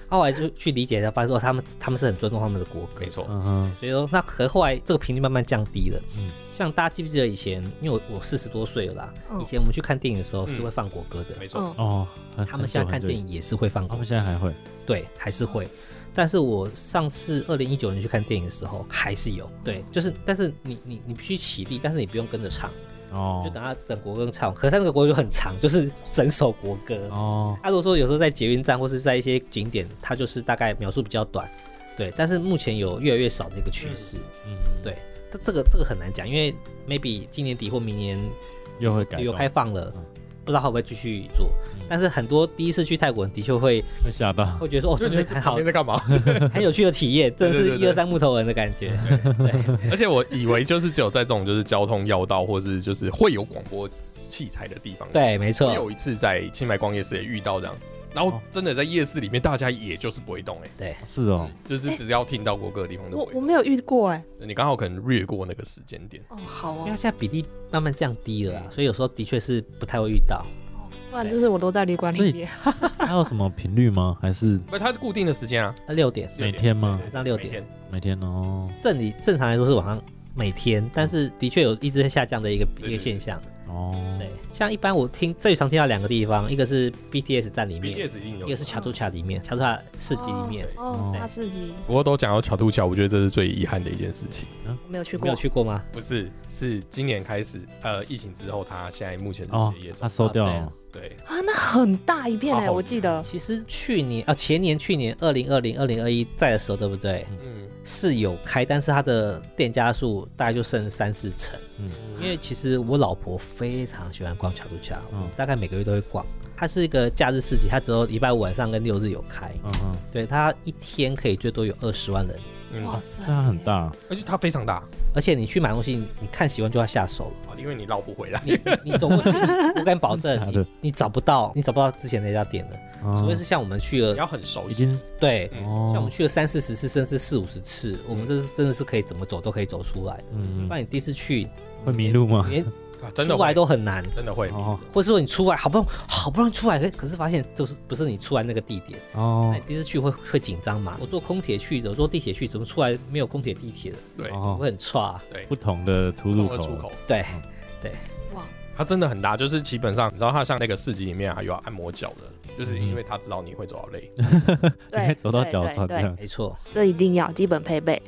[SPEAKER 3] 后来就去理解一下，发现说哦他们他们是很尊重他们的国歌
[SPEAKER 4] 没。错，
[SPEAKER 1] 嗯哼，
[SPEAKER 3] 所以说，那和后来这个频率慢慢降低了。
[SPEAKER 1] 嗯
[SPEAKER 3] 嗯，像大家记不记得以前，因为我我四十多岁了啦，
[SPEAKER 2] 嗯
[SPEAKER 3] 以前我们去看电影的时候
[SPEAKER 4] 嗯
[SPEAKER 3] 是会放国歌的，
[SPEAKER 4] 没错，
[SPEAKER 2] 嗯，
[SPEAKER 1] 哦，很
[SPEAKER 3] 他们现在看
[SPEAKER 1] 很久很久
[SPEAKER 3] 电，
[SPEAKER 1] 以前
[SPEAKER 3] 影也是会放
[SPEAKER 1] 他
[SPEAKER 3] 国歌
[SPEAKER 1] 们，现在还会，
[SPEAKER 3] 对，还是会。但是我上次二零一九年去看电影的时候，还是有，对，就是，但是你你你必须起立，但是你不用跟着唱，
[SPEAKER 1] 哦，
[SPEAKER 3] 就等他等国歌唱，可是他那个国歌就很长，就是整首国歌。
[SPEAKER 1] 哦，
[SPEAKER 3] 他、如果说有时候在捷运站或是在一些景点，它就是大概描述比较短，对。但是目前有越来越少的一个趋势，
[SPEAKER 1] 嗯，
[SPEAKER 3] 对。这这个这个很难讲，因为 maybe 今年底或明年
[SPEAKER 1] 又会改
[SPEAKER 3] 旅游
[SPEAKER 1] 动
[SPEAKER 3] 开放了
[SPEAKER 1] 嗯，
[SPEAKER 3] 不知道会不会继续做。但是很多第一次去泰国人的确会
[SPEAKER 1] 会吓到，
[SPEAKER 3] 会觉得说，哦，这
[SPEAKER 4] 就觉
[SPEAKER 3] 是
[SPEAKER 4] 得这
[SPEAKER 3] 很好
[SPEAKER 4] 旁边在干嘛？
[SPEAKER 3] 很有趣的体验，真的
[SPEAKER 4] 对对
[SPEAKER 3] 是
[SPEAKER 4] 对
[SPEAKER 3] 一
[SPEAKER 4] 对
[SPEAKER 3] 二三木头人的感觉。 对，
[SPEAKER 4] 而且我以为就是只有在这种就是交通要道或是就是会有广播器材的地方。，
[SPEAKER 3] 对，没
[SPEAKER 4] 我
[SPEAKER 3] 错，
[SPEAKER 4] 有一次在清迈逛夜市也遇到这样，然
[SPEAKER 1] 哦
[SPEAKER 4] 后真的在夜市里面大家也就是不会动哎、
[SPEAKER 3] 对，
[SPEAKER 1] 是哦，
[SPEAKER 4] 就是只要听到国歌的地方都
[SPEAKER 2] 我
[SPEAKER 4] 不
[SPEAKER 2] 哎我
[SPEAKER 4] 会
[SPEAKER 2] 没有遇过哎，
[SPEAKER 4] 动。你刚好可能略过那个时间点，
[SPEAKER 2] 哦，好
[SPEAKER 3] 因
[SPEAKER 2] 哦
[SPEAKER 3] 为它，现在比例慢慢降低了啊，所以有时候的确是不太会遇到。
[SPEAKER 2] 不然就是我都在旅馆里面。
[SPEAKER 1] 还有什么频率吗？还是
[SPEAKER 4] 不，它是固定的时间啊，
[SPEAKER 3] 那六点
[SPEAKER 1] 每天吗？
[SPEAKER 3] 晚上六
[SPEAKER 4] 每
[SPEAKER 3] 点，
[SPEAKER 4] 天。
[SPEAKER 1] 每天哦，
[SPEAKER 3] 正理正常来说是晚上每天，但是的确有一直在下降的一个
[SPEAKER 4] 对对
[SPEAKER 3] 一个现象。
[SPEAKER 1] 哦，
[SPEAKER 3] 对，像一般我听最常听到两个地方，一个是 BTS 站里面，
[SPEAKER 4] BTS 一定有
[SPEAKER 3] 一个，是卡杜卡里面，卡杜卡市集里面。
[SPEAKER 2] 哦，
[SPEAKER 1] 对
[SPEAKER 2] 大市集
[SPEAKER 4] 不过都讲到巧兔巧，我觉得这是最遗憾的一件事情。
[SPEAKER 2] 我没有去
[SPEAKER 3] 你没
[SPEAKER 2] 过
[SPEAKER 3] 有，去过吗？
[SPEAKER 4] 不是，是今年开始，呃，疫情之后，它现在目前是
[SPEAKER 1] 哦
[SPEAKER 4] 歇业，中
[SPEAKER 1] 他。收掉
[SPEAKER 3] 啊
[SPEAKER 1] 了，
[SPEAKER 4] 对，
[SPEAKER 2] 啊，那很大一片
[SPEAKER 3] 哦
[SPEAKER 4] 啊
[SPEAKER 2] 哎，
[SPEAKER 4] 好
[SPEAKER 2] 我记得
[SPEAKER 3] 其实去年啊，前年、去年二零二零、二零二一在的时候，对不对？
[SPEAKER 4] 嗯，
[SPEAKER 3] 是有开，但是它的店家数大概就剩三四成。因为其实我老婆非常喜欢逛巧如家，
[SPEAKER 1] 嗯
[SPEAKER 3] 嗯，大概每个月都会逛。它是一个假日市集，它只有礼拜五晚上跟六日有开，
[SPEAKER 1] 嗯嗯，
[SPEAKER 3] 对，它一天可以最多有二十万人。
[SPEAKER 4] 嗯，
[SPEAKER 2] 塞
[SPEAKER 1] 这样很大，
[SPEAKER 4] 而且它非常大，
[SPEAKER 3] 而且你去买东西，你你看喜欢就要下手了。
[SPEAKER 4] 啊因为你绕不回来。
[SPEAKER 3] 你你你走 过去，我敢保
[SPEAKER 1] 真的
[SPEAKER 3] 证
[SPEAKER 1] 假的
[SPEAKER 3] 你，你找不到，你找不到之前那家店了。除非
[SPEAKER 1] 嗯
[SPEAKER 3] 是像我们去
[SPEAKER 4] 你
[SPEAKER 3] 了，
[SPEAKER 4] 要嗯很熟
[SPEAKER 1] 已
[SPEAKER 4] 悉
[SPEAKER 1] 经。
[SPEAKER 3] 对，像我
[SPEAKER 1] 哦
[SPEAKER 3] 们，去了三四十次，甚至四五十次，我们这是真的是可以怎么走都可以走出来的。
[SPEAKER 1] 嗯
[SPEAKER 3] 不，然你第一次去
[SPEAKER 1] 会迷路吗？
[SPEAKER 3] 连
[SPEAKER 4] 啊真的
[SPEAKER 3] 出来
[SPEAKER 4] 会，
[SPEAKER 3] 都很难，
[SPEAKER 4] 真的会。
[SPEAKER 1] 哦
[SPEAKER 3] 或是说你出来好不容易好不容易出来，可可是发现就是不是你出来那个地点，那
[SPEAKER 1] 哦
[SPEAKER 3] 你第一次去会会紧张嘛？我坐空铁去的，我坐地铁去，怎么出来没有空铁地铁的？
[SPEAKER 4] 对，
[SPEAKER 3] 我
[SPEAKER 1] 哦，
[SPEAKER 3] 会很差、啊
[SPEAKER 4] 对，
[SPEAKER 1] 不同的出入
[SPEAKER 4] 同的出
[SPEAKER 1] 口，
[SPEAKER 4] 口，
[SPEAKER 3] 对，
[SPEAKER 4] 它真的很大，就是基本上你知道，它像那个市集里面啊，有按摩脚的，
[SPEAKER 1] 嗯
[SPEAKER 4] 就是因为它知道你会走 到累。
[SPEAKER 1] 你会
[SPEAKER 2] 对，
[SPEAKER 1] 走到
[SPEAKER 2] 对
[SPEAKER 1] 脚
[SPEAKER 2] 对
[SPEAKER 1] 酸这
[SPEAKER 2] 对
[SPEAKER 1] 样，哦
[SPEAKER 3] 没错。
[SPEAKER 7] 这一定要基本配备。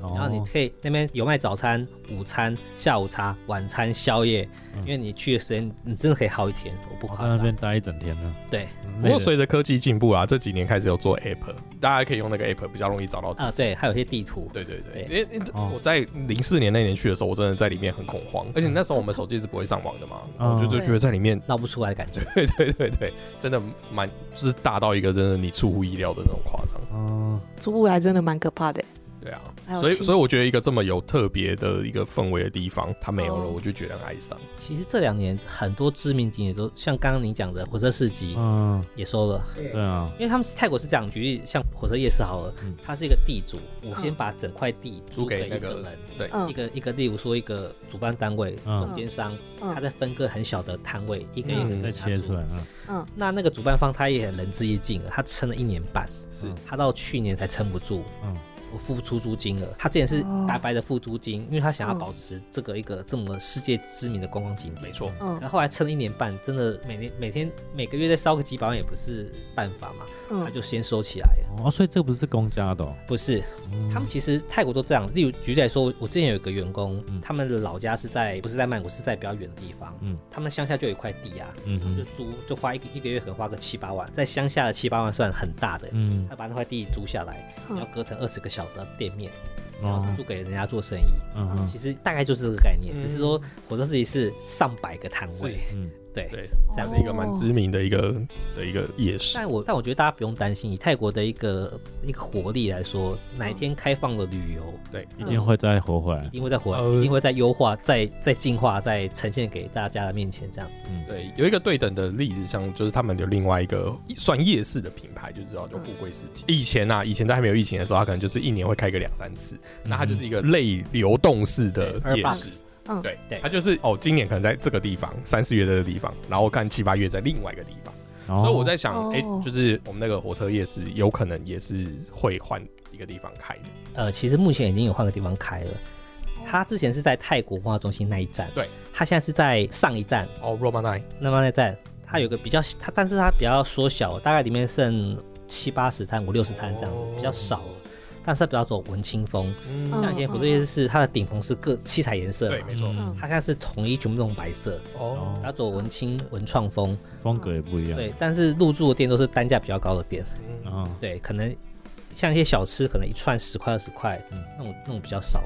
[SPEAKER 1] 然
[SPEAKER 3] 然后你可以那边有卖早餐、午餐、下午茶、晚餐、宵夜，
[SPEAKER 1] 嗯
[SPEAKER 3] 因为你去的时间你真的可以耗一天，我不
[SPEAKER 1] 我
[SPEAKER 3] 夸
[SPEAKER 1] 在那
[SPEAKER 3] 张。
[SPEAKER 1] 边待一整天呢，
[SPEAKER 3] 对
[SPEAKER 1] 嗯，
[SPEAKER 4] 不过
[SPEAKER 1] 累了
[SPEAKER 4] 随着科技进步啊，这几年开始有做 app，大家可以用那个 app 比较容易找到自
[SPEAKER 3] 啊，
[SPEAKER 4] 己。
[SPEAKER 3] 对，还有一些地图，
[SPEAKER 4] 对对对，
[SPEAKER 3] 对
[SPEAKER 4] 因为因为
[SPEAKER 1] 哦
[SPEAKER 4] 我在零四年那年去的时候，我真的在里面很恐慌，而且那时候我们手机是不会上网的嘛，
[SPEAKER 1] 嗯
[SPEAKER 4] 我就就觉得在里面，
[SPEAKER 3] 闹不出来的感觉。
[SPEAKER 4] 对对对对，真的蛮就是大到一个真的你出乎意料的那种夸张。
[SPEAKER 1] 哦，
[SPEAKER 2] 出不来真的蛮可怕 的。
[SPEAKER 4] 对啊
[SPEAKER 2] 还，有
[SPEAKER 4] 所以
[SPEAKER 2] 气
[SPEAKER 4] 所以我觉得一个这么有特别的一个氛围的地方，它没有了，
[SPEAKER 2] 哦
[SPEAKER 4] 我就觉得很哀伤。
[SPEAKER 3] 其实这两年很多知名景点都像刚刚你讲的火车市集
[SPEAKER 1] 嗯，
[SPEAKER 3] 也收了，
[SPEAKER 1] 对啊，
[SPEAKER 3] 因为他们泰国是这样，举例像火车夜市好了
[SPEAKER 1] 嗯，
[SPEAKER 3] 它是一个地主，我先把整块地
[SPEAKER 4] 租给
[SPEAKER 3] 给
[SPEAKER 4] 那
[SPEAKER 3] 一
[SPEAKER 4] 个
[SPEAKER 3] 个人。
[SPEAKER 4] 对，
[SPEAKER 2] 嗯
[SPEAKER 3] 一个一个，例如说一个主办单位、
[SPEAKER 1] 嗯
[SPEAKER 3] 总监商，
[SPEAKER 2] 嗯
[SPEAKER 3] 他在分割很小的摊位，一个一个
[SPEAKER 4] 嗯
[SPEAKER 3] 给
[SPEAKER 1] 再
[SPEAKER 3] 他
[SPEAKER 1] 切
[SPEAKER 3] 租
[SPEAKER 1] 出来，嗯，
[SPEAKER 3] 那那个主办方他也很仁至义尽了，他撑了一年半，
[SPEAKER 4] 是
[SPEAKER 3] 他到去年才撑不住。
[SPEAKER 1] 嗯，
[SPEAKER 3] 付出租金额，他之前是
[SPEAKER 2] 哦
[SPEAKER 3] 白白的付租金，因为他想要
[SPEAKER 2] 嗯
[SPEAKER 3] 保持这个一个这么世界知名的观光景点。
[SPEAKER 4] 没错，
[SPEAKER 2] 嗯
[SPEAKER 3] 然后后来撑了一年半，真的每年每天每个月再烧个几百万也不是办法嘛，他
[SPEAKER 2] 嗯，
[SPEAKER 3] 就先收起来了。
[SPEAKER 1] 哦，所以这不是公家的、哦，
[SPEAKER 3] 不是，他们其实泰国都这样。例如举例来说，我我之前有一个员工，他们的老家是在不是在曼谷，是在比较远的地方。
[SPEAKER 1] 嗯
[SPEAKER 3] 他们乡下就有一块地啊，
[SPEAKER 1] 嗯
[SPEAKER 3] 就
[SPEAKER 1] 哼，
[SPEAKER 3] 租就花一个一个月可能花个七八万，在乡下的七八万算很大的。
[SPEAKER 1] 嗯，
[SPEAKER 3] 他把那块地租下来，
[SPEAKER 2] 嗯
[SPEAKER 3] 然后割成二十个小的店面，然后
[SPEAKER 1] 哦，
[SPEAKER 3] 租给人家做生意。
[SPEAKER 1] 嗯哼，
[SPEAKER 3] 其实大概就是这个概念，
[SPEAKER 4] 嗯
[SPEAKER 3] 只是说火车司机是上百个摊
[SPEAKER 4] 是
[SPEAKER 3] 位，
[SPEAKER 1] 嗯，
[SPEAKER 3] 对。
[SPEAKER 4] 对，
[SPEAKER 3] 这
[SPEAKER 4] 这
[SPEAKER 3] 样
[SPEAKER 4] 是一个蛮知名的一个的一个夜市。
[SPEAKER 3] 但我但我觉得大家不用担心，以泰国的一个一个活力来说，哪一天开放了旅游，
[SPEAKER 4] 对，
[SPEAKER 1] 一定会再活回来
[SPEAKER 3] 一。定会再活来，
[SPEAKER 4] 呃
[SPEAKER 3] 一定会再优化、再再进化、再呈现给大家的面前这样子。
[SPEAKER 4] 对，有一个对等的例子，像就是他们有另外一个算夜市的品牌，就知道就富贵市集。以前啊，以前在还没有疫情的时候，它可能就是一年会开个两三次，那它就是一个类流动式的
[SPEAKER 3] 对
[SPEAKER 4] 夜
[SPEAKER 3] Airbox，
[SPEAKER 4] 市。
[SPEAKER 2] 嗯
[SPEAKER 4] 对
[SPEAKER 3] 对
[SPEAKER 4] 它就是哦，今年可能在这个地方，三四月在这个地方，然后看七八月在另外一个地方。
[SPEAKER 1] 然后
[SPEAKER 4] 所以我在想，
[SPEAKER 2] 哦
[SPEAKER 4] 哎、就是我们那个火车夜市，有可能也是会换一个地方开的。
[SPEAKER 3] 呃，其实目前已经有换个地方开了，它之前是在泰国文化中心那一站，
[SPEAKER 4] 对，
[SPEAKER 3] 它现在是在上一站，
[SPEAKER 4] 哦，Roma Night，
[SPEAKER 3] 那么那站它有个比较，它但是它比较缩小，大概里面剩七八十摊、五六十摊这样子，比
[SPEAKER 4] 哦
[SPEAKER 3] 较少了。但是它比较走文青风，
[SPEAKER 4] 嗯，
[SPEAKER 3] 像以前
[SPEAKER 2] 嗯
[SPEAKER 3] 福州夜市是它的顶棚是各七彩颜色嘛
[SPEAKER 4] 对，，没错，
[SPEAKER 1] 嗯
[SPEAKER 3] 它现在是统一全部都用白色，
[SPEAKER 4] 哦，
[SPEAKER 3] 它走文青文创风，
[SPEAKER 1] 风格也不一样，
[SPEAKER 3] 对。但是入驻的店都是单价比较高的店，
[SPEAKER 4] 嗯
[SPEAKER 1] 啊，
[SPEAKER 3] 对，可能像一些小吃，可能一串十块二十块，那种那种比较少。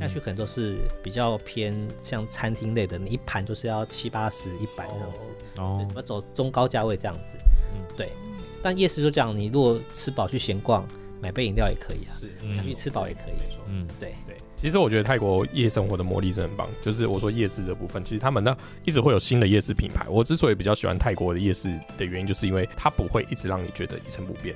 [SPEAKER 3] 下去可能都是比较偏像餐厅类的，你一盘就是要七八十、一百这样子，对，
[SPEAKER 1] 哦
[SPEAKER 3] 怎，么走中高价位这样子。
[SPEAKER 1] 嗯
[SPEAKER 3] 对。但夜市就这样，你如果吃饱去闲逛，买杯饮料也可以啊，
[SPEAKER 4] 是，
[SPEAKER 1] 嗯
[SPEAKER 3] 想去吃饱也可以。
[SPEAKER 4] 没错。
[SPEAKER 1] 嗯，
[SPEAKER 3] 对，
[SPEAKER 4] 对，其实我觉得泰国夜生活的魔力真的很棒。就是我说夜市的部分，其实他们呢一直会有新的夜市品牌。我之所以比较喜欢泰国的夜市的原因，就是因为它不会一直让你觉得一成不变。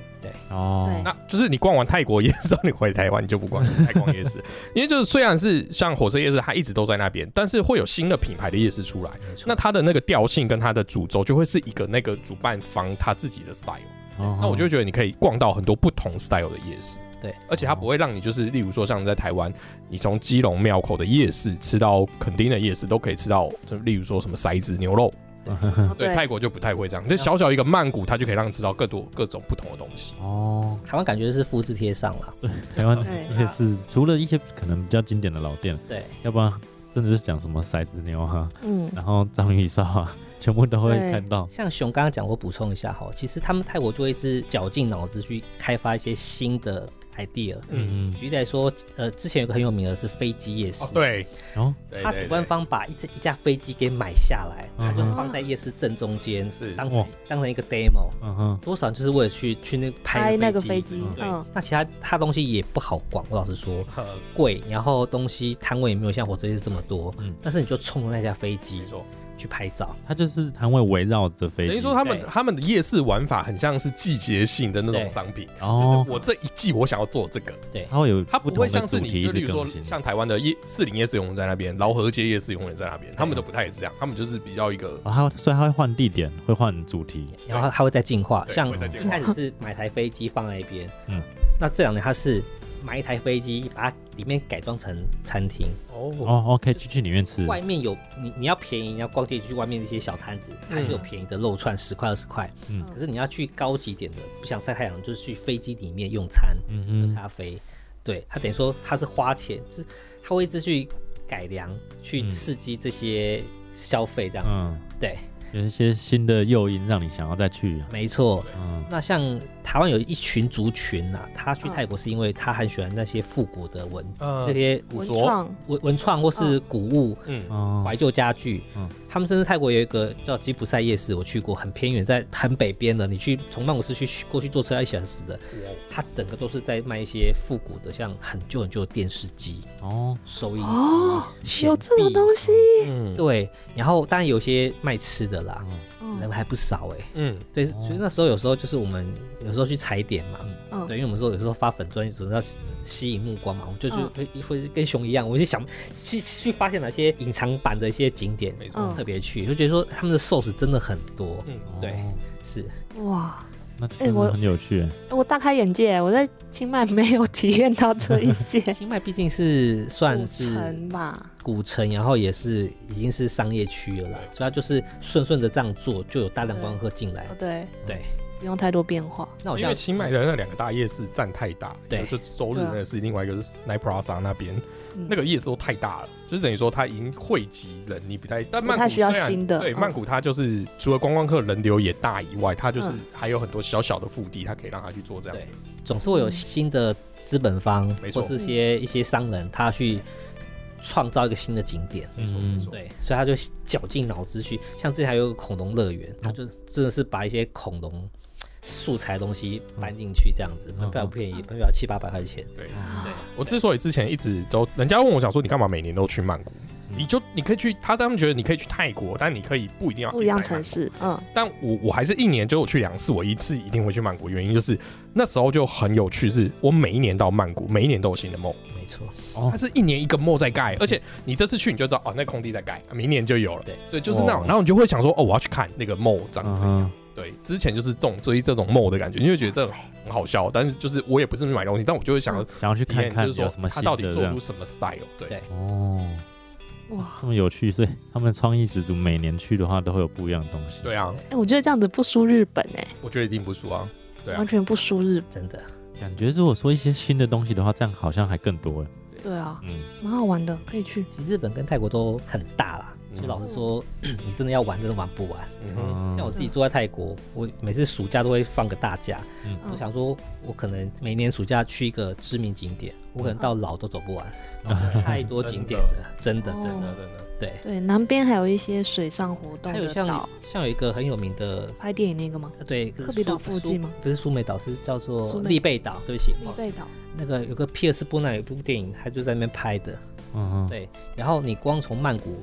[SPEAKER 1] 哦，
[SPEAKER 4] 那就是你逛完泰国夜市之后，你回台湾你就不逛泰逛夜市，因为就是虽然是像火车夜市，它一直都在那边，但是会有新的品牌的夜市出来。
[SPEAKER 3] 没错。
[SPEAKER 4] 那它的那个调性跟它的主轴就会是一个那个主办方他自己的 style。那
[SPEAKER 1] 那
[SPEAKER 4] 我就会觉得你可以逛到很多不同 style 的夜市，
[SPEAKER 3] 对，
[SPEAKER 4] 而且它不会让你就是，例如说像在台湾，你从基隆庙口的夜市吃到垦丁的夜市，都可以吃到，就例如说什么骰子牛肉，
[SPEAKER 2] 哦
[SPEAKER 4] 对，泰国就不太会这样，就小小一个曼谷，它就可以让你吃到更多各种不同的东西。
[SPEAKER 1] 哦，
[SPEAKER 3] 台湾感觉是复制贴上了，
[SPEAKER 1] 台湾
[SPEAKER 2] 对
[SPEAKER 1] 也是除了一些可能比较经典的老店，
[SPEAKER 3] 对，
[SPEAKER 1] 要不然真的就是讲什么骰子牛啊，
[SPEAKER 2] 嗯，
[SPEAKER 1] 然后章鱼烧啊， 全部都会
[SPEAKER 2] 对
[SPEAKER 1] 看到。
[SPEAKER 3] 像熊刚刚讲，我补充一下哈，其实他们泰国就会是绞尽脑汁去开发一些新的 idea。
[SPEAKER 4] 嗯，
[SPEAKER 1] 嗯，
[SPEAKER 3] 举例来说，呃，之前有个很有名的是飞机夜市，
[SPEAKER 4] 哦，对，
[SPEAKER 1] 哦，
[SPEAKER 4] 对
[SPEAKER 3] 他
[SPEAKER 4] 对
[SPEAKER 3] 主办
[SPEAKER 4] 对
[SPEAKER 3] 方把一只一架飞机给买下来，
[SPEAKER 1] 嗯
[SPEAKER 3] 他就放在夜市正中间，
[SPEAKER 4] 是
[SPEAKER 3] 当成
[SPEAKER 1] 哇
[SPEAKER 3] 当成一个 demo，
[SPEAKER 1] 嗯哼，
[SPEAKER 3] 多少就是为了去去那
[SPEAKER 2] 拍
[SPEAKER 3] 拍
[SPEAKER 2] 那
[SPEAKER 3] 那
[SPEAKER 2] 个
[SPEAKER 3] 个
[SPEAKER 2] 飞
[SPEAKER 3] 飞
[SPEAKER 2] 机
[SPEAKER 3] 机。，对，
[SPEAKER 2] 嗯，
[SPEAKER 3] 那其他他东西也不好逛，我老实说
[SPEAKER 4] 呃，
[SPEAKER 3] 贵，然后东西摊位也没有像火车夜市这么多
[SPEAKER 1] 嗯，
[SPEAKER 3] 但是你就冲着那架飞机
[SPEAKER 4] 没错，
[SPEAKER 3] 去拍照，
[SPEAKER 1] 它就是摊位围绕着飞机，
[SPEAKER 4] 等于说他们
[SPEAKER 3] 对
[SPEAKER 4] 他们的夜市玩法很像是季节性的那种
[SPEAKER 3] 对
[SPEAKER 4] 商品，就
[SPEAKER 1] 哦
[SPEAKER 4] 是，我这一季我想要做这个，
[SPEAKER 3] 对，
[SPEAKER 1] 它会有
[SPEAKER 4] 它不
[SPEAKER 1] 同
[SPEAKER 4] 会
[SPEAKER 1] 的
[SPEAKER 4] 像是
[SPEAKER 1] 主
[SPEAKER 4] 你
[SPEAKER 1] 题
[SPEAKER 4] 就
[SPEAKER 1] 一
[SPEAKER 4] 例
[SPEAKER 1] 直
[SPEAKER 4] 如说
[SPEAKER 1] 更新，
[SPEAKER 4] 像台湾的夜士林夜市永远在那边，劳合街夜市永远在那
[SPEAKER 1] 啊
[SPEAKER 4] 边，他们都不太是这样，他们就是比较一个
[SPEAKER 1] 哦，它会所以它会换地点，会换主题，
[SPEAKER 3] 然后它会再进化，
[SPEAKER 4] 对
[SPEAKER 3] 像
[SPEAKER 4] 会再进
[SPEAKER 3] 一
[SPEAKER 4] 化
[SPEAKER 3] 开始是买台飞机放在一边，
[SPEAKER 1] 嗯
[SPEAKER 3] 嗯，那这两年它是买一台飞机，把它里面改装成餐厅。
[SPEAKER 4] 哦
[SPEAKER 1] 哦，OK，去去里面吃，
[SPEAKER 3] 外面有你你要便宜，你要逛街去外面那些小摊子，还是有便宜的肉串十块二十块。
[SPEAKER 1] 嗯
[SPEAKER 3] 可是你要去高级点的，不想晒太阳，就是去飞机里面用餐、喝
[SPEAKER 1] 嗯哼，
[SPEAKER 3] 咖啡。对他等于说他是花钱，就是他会一直去改良，去
[SPEAKER 1] 嗯
[SPEAKER 3] 刺激这些消费这样。
[SPEAKER 1] 嗯，
[SPEAKER 3] 对，
[SPEAKER 1] 有一些新的诱因让你想要再去，
[SPEAKER 3] 没错。
[SPEAKER 1] 嗯，
[SPEAKER 3] 那像台湾有一群族群呐、他
[SPEAKER 2] 嗯
[SPEAKER 3] 去泰国是因为他很喜欢那些复古的文，
[SPEAKER 1] 嗯
[SPEAKER 4] 呃
[SPEAKER 3] 那些古
[SPEAKER 2] 文
[SPEAKER 3] 着
[SPEAKER 2] 创，
[SPEAKER 3] 文文创或是古物，
[SPEAKER 4] 嗯
[SPEAKER 1] 哦，
[SPEAKER 3] 怀旧家具，
[SPEAKER 1] 嗯
[SPEAKER 3] 他们甚至泰国有一个叫吉普赛夜市，我去过，很偏远，在很北边的，你去从曼谷市区过去坐车要一小时的，它整个都是在卖一些复古的，像很旧很旧的电视机、
[SPEAKER 1] 哦，
[SPEAKER 3] 收音
[SPEAKER 2] 哦
[SPEAKER 3] 机、
[SPEAKER 2] 有这种东
[SPEAKER 3] 西，
[SPEAKER 2] 西，
[SPEAKER 4] 嗯
[SPEAKER 3] 对，然后当然有些卖吃的啦，人
[SPEAKER 2] 嗯
[SPEAKER 3] 还不少哎、
[SPEAKER 4] 嗯，
[SPEAKER 3] 对，所以那时候有时候就是我们有时候去踩点嘛，
[SPEAKER 2] 嗯
[SPEAKER 3] 对，因为我们说有时候发粉专总是要吸吸引目光嘛，我们就是
[SPEAKER 2] 嗯
[SPEAKER 3] 会、会跟熊一样，我们就想去去发现哪些隐藏版的一些景点，
[SPEAKER 4] 没错
[SPEAKER 2] 嗯
[SPEAKER 3] 特别去，就觉得说他们的 source 真的很多，
[SPEAKER 4] 嗯
[SPEAKER 3] 对
[SPEAKER 1] 哦，
[SPEAKER 3] 哦是
[SPEAKER 2] 哇，
[SPEAKER 1] 那真的
[SPEAKER 2] 我
[SPEAKER 1] 很有趣耶。
[SPEAKER 2] 我大开眼界，欸我在清迈没有体验到这一些
[SPEAKER 3] 清迈毕竟是 算
[SPEAKER 2] 古
[SPEAKER 3] 是
[SPEAKER 2] 城吧。
[SPEAKER 3] 古城，然后也是已经是商业区了啦，所以它就是顺顺的这样做，就有大量观光客进来
[SPEAKER 2] 哦。，对，
[SPEAKER 3] 对，
[SPEAKER 2] 不用太多变化。
[SPEAKER 3] 那我
[SPEAKER 4] 因
[SPEAKER 3] 现
[SPEAKER 4] 为
[SPEAKER 3] 在
[SPEAKER 4] 清迈的那两个大夜市占太大，
[SPEAKER 3] 对
[SPEAKER 4] 一个就周日那个是，另外一个是 n i p r a z a 那边
[SPEAKER 2] 嗯，
[SPEAKER 4] 那个夜市都太大了，就是等于说它已经汇集人，你不太但
[SPEAKER 2] 不
[SPEAKER 4] 曼
[SPEAKER 2] 太
[SPEAKER 4] 谷
[SPEAKER 2] 需要
[SPEAKER 4] 虽然
[SPEAKER 2] 新的
[SPEAKER 4] 对
[SPEAKER 2] 嗯
[SPEAKER 4] 曼谷它就是除了观光客人流也大以外，它就是
[SPEAKER 2] 嗯
[SPEAKER 4] 还有很多小小的腹地，它可以让它去做这样的
[SPEAKER 3] 对。总是会有新的资本方
[SPEAKER 4] 嗯没
[SPEAKER 3] 或
[SPEAKER 4] 错
[SPEAKER 3] 是些一些商人，他去创造一个新的景点。
[SPEAKER 4] 没错
[SPEAKER 1] 嗯
[SPEAKER 4] 没错，
[SPEAKER 3] 对，所以他就绞尽脑汁去，像之前还有个恐龙乐
[SPEAKER 4] 嗯
[SPEAKER 3] 园，他就真的是把一些恐龙素材的东西搬进去，这样子，
[SPEAKER 4] 嗯
[SPEAKER 3] 门票不便宜，门票七八百块钱。
[SPEAKER 4] 对。
[SPEAKER 3] 对，
[SPEAKER 4] 我之所以之前一直都，人家问我想说，你干嘛每年都去曼谷？
[SPEAKER 1] 嗯
[SPEAKER 4] 你就你可以去，他他们觉得你可以去泰国，但你可以不一定要
[SPEAKER 2] 不一样
[SPEAKER 4] 啊一直待曼
[SPEAKER 2] 城
[SPEAKER 4] 谷。
[SPEAKER 2] 市，嗯，
[SPEAKER 4] 但我我还是一年就有去两次，我一次一定会去曼谷，原因就是那时候就很有趣，是我每一年到曼谷，每一年都有新的梦，
[SPEAKER 3] 没错，
[SPEAKER 1] 哦
[SPEAKER 4] 它是一年一个梦在盖，而且你这次去你就知道哦，那空地在盖，明年就有了。
[SPEAKER 3] 对
[SPEAKER 4] 对，就是那种
[SPEAKER 1] 哦，
[SPEAKER 4] 然后你就会想说哦，我要去看那个梦长
[SPEAKER 1] 嗯
[SPEAKER 4] 怎样。
[SPEAKER 1] 哼，
[SPEAKER 4] 对，之前就是这种追这种梦的感觉，你就会觉得这种很好笑，但是就是我也不是去买东西，但我就会想要
[SPEAKER 1] 想要去
[SPEAKER 4] 体
[SPEAKER 1] 看
[SPEAKER 4] 验，
[SPEAKER 1] 看
[SPEAKER 4] 就是
[SPEAKER 1] 有
[SPEAKER 4] 说
[SPEAKER 1] 什么
[SPEAKER 4] 他
[SPEAKER 1] 新
[SPEAKER 4] 到底
[SPEAKER 1] 的这
[SPEAKER 4] 做出
[SPEAKER 1] 样。
[SPEAKER 4] 什么 style。对，
[SPEAKER 3] 对
[SPEAKER 1] 哦，
[SPEAKER 2] 哇，
[SPEAKER 1] 这么有趣，所以他们创意十足，每年去的话都会有不一样的东西。
[SPEAKER 4] 对啊，
[SPEAKER 2] 哎、我觉得这样子不输日本、
[SPEAKER 4] 我觉得一定不输啊。对
[SPEAKER 2] 哎，
[SPEAKER 4] 啊
[SPEAKER 2] 完全不输日本。
[SPEAKER 3] 真的。
[SPEAKER 1] 感觉如果说一些新的东西的话，这样好像还更多耶。
[SPEAKER 2] 对啊，
[SPEAKER 1] 嗯，
[SPEAKER 2] 蛮好玩的，可以去。
[SPEAKER 3] 其实日本跟泰国都很大啦，
[SPEAKER 4] 嗯
[SPEAKER 3] 所以老实说， 你真的要玩，真的玩不完。
[SPEAKER 4] 嗯哼，
[SPEAKER 1] 嗯
[SPEAKER 3] 像我自己住在泰国，我每次暑假都会放个大假，
[SPEAKER 1] 嗯
[SPEAKER 3] 我想说，我可能每年暑假去一个知名景点，我可能到老都走不完，
[SPEAKER 1] 嗯
[SPEAKER 3] 太多景点了，真的真
[SPEAKER 2] 哦
[SPEAKER 3] 的
[SPEAKER 4] 真的真的
[SPEAKER 3] 对。
[SPEAKER 2] 对，南边还有一些水上活动
[SPEAKER 3] 还有
[SPEAKER 2] 的
[SPEAKER 3] 像
[SPEAKER 2] 岛，
[SPEAKER 3] 像有一个很有名的
[SPEAKER 2] 拍电影那个吗？
[SPEAKER 3] 啊，对，可是
[SPEAKER 2] 科比岛
[SPEAKER 3] 苏
[SPEAKER 2] 附近
[SPEAKER 3] 苏
[SPEAKER 2] 吗
[SPEAKER 3] 不是苏梅岛，是叫做
[SPEAKER 2] 苏梅
[SPEAKER 3] 利贝岛。对不起，
[SPEAKER 2] 离
[SPEAKER 3] 哦
[SPEAKER 2] 贝岛，
[SPEAKER 3] 那个有个皮尔斯波纳有一部电影，他就在那边拍的。
[SPEAKER 1] 嗯哼，
[SPEAKER 3] 对，然后你光从曼谷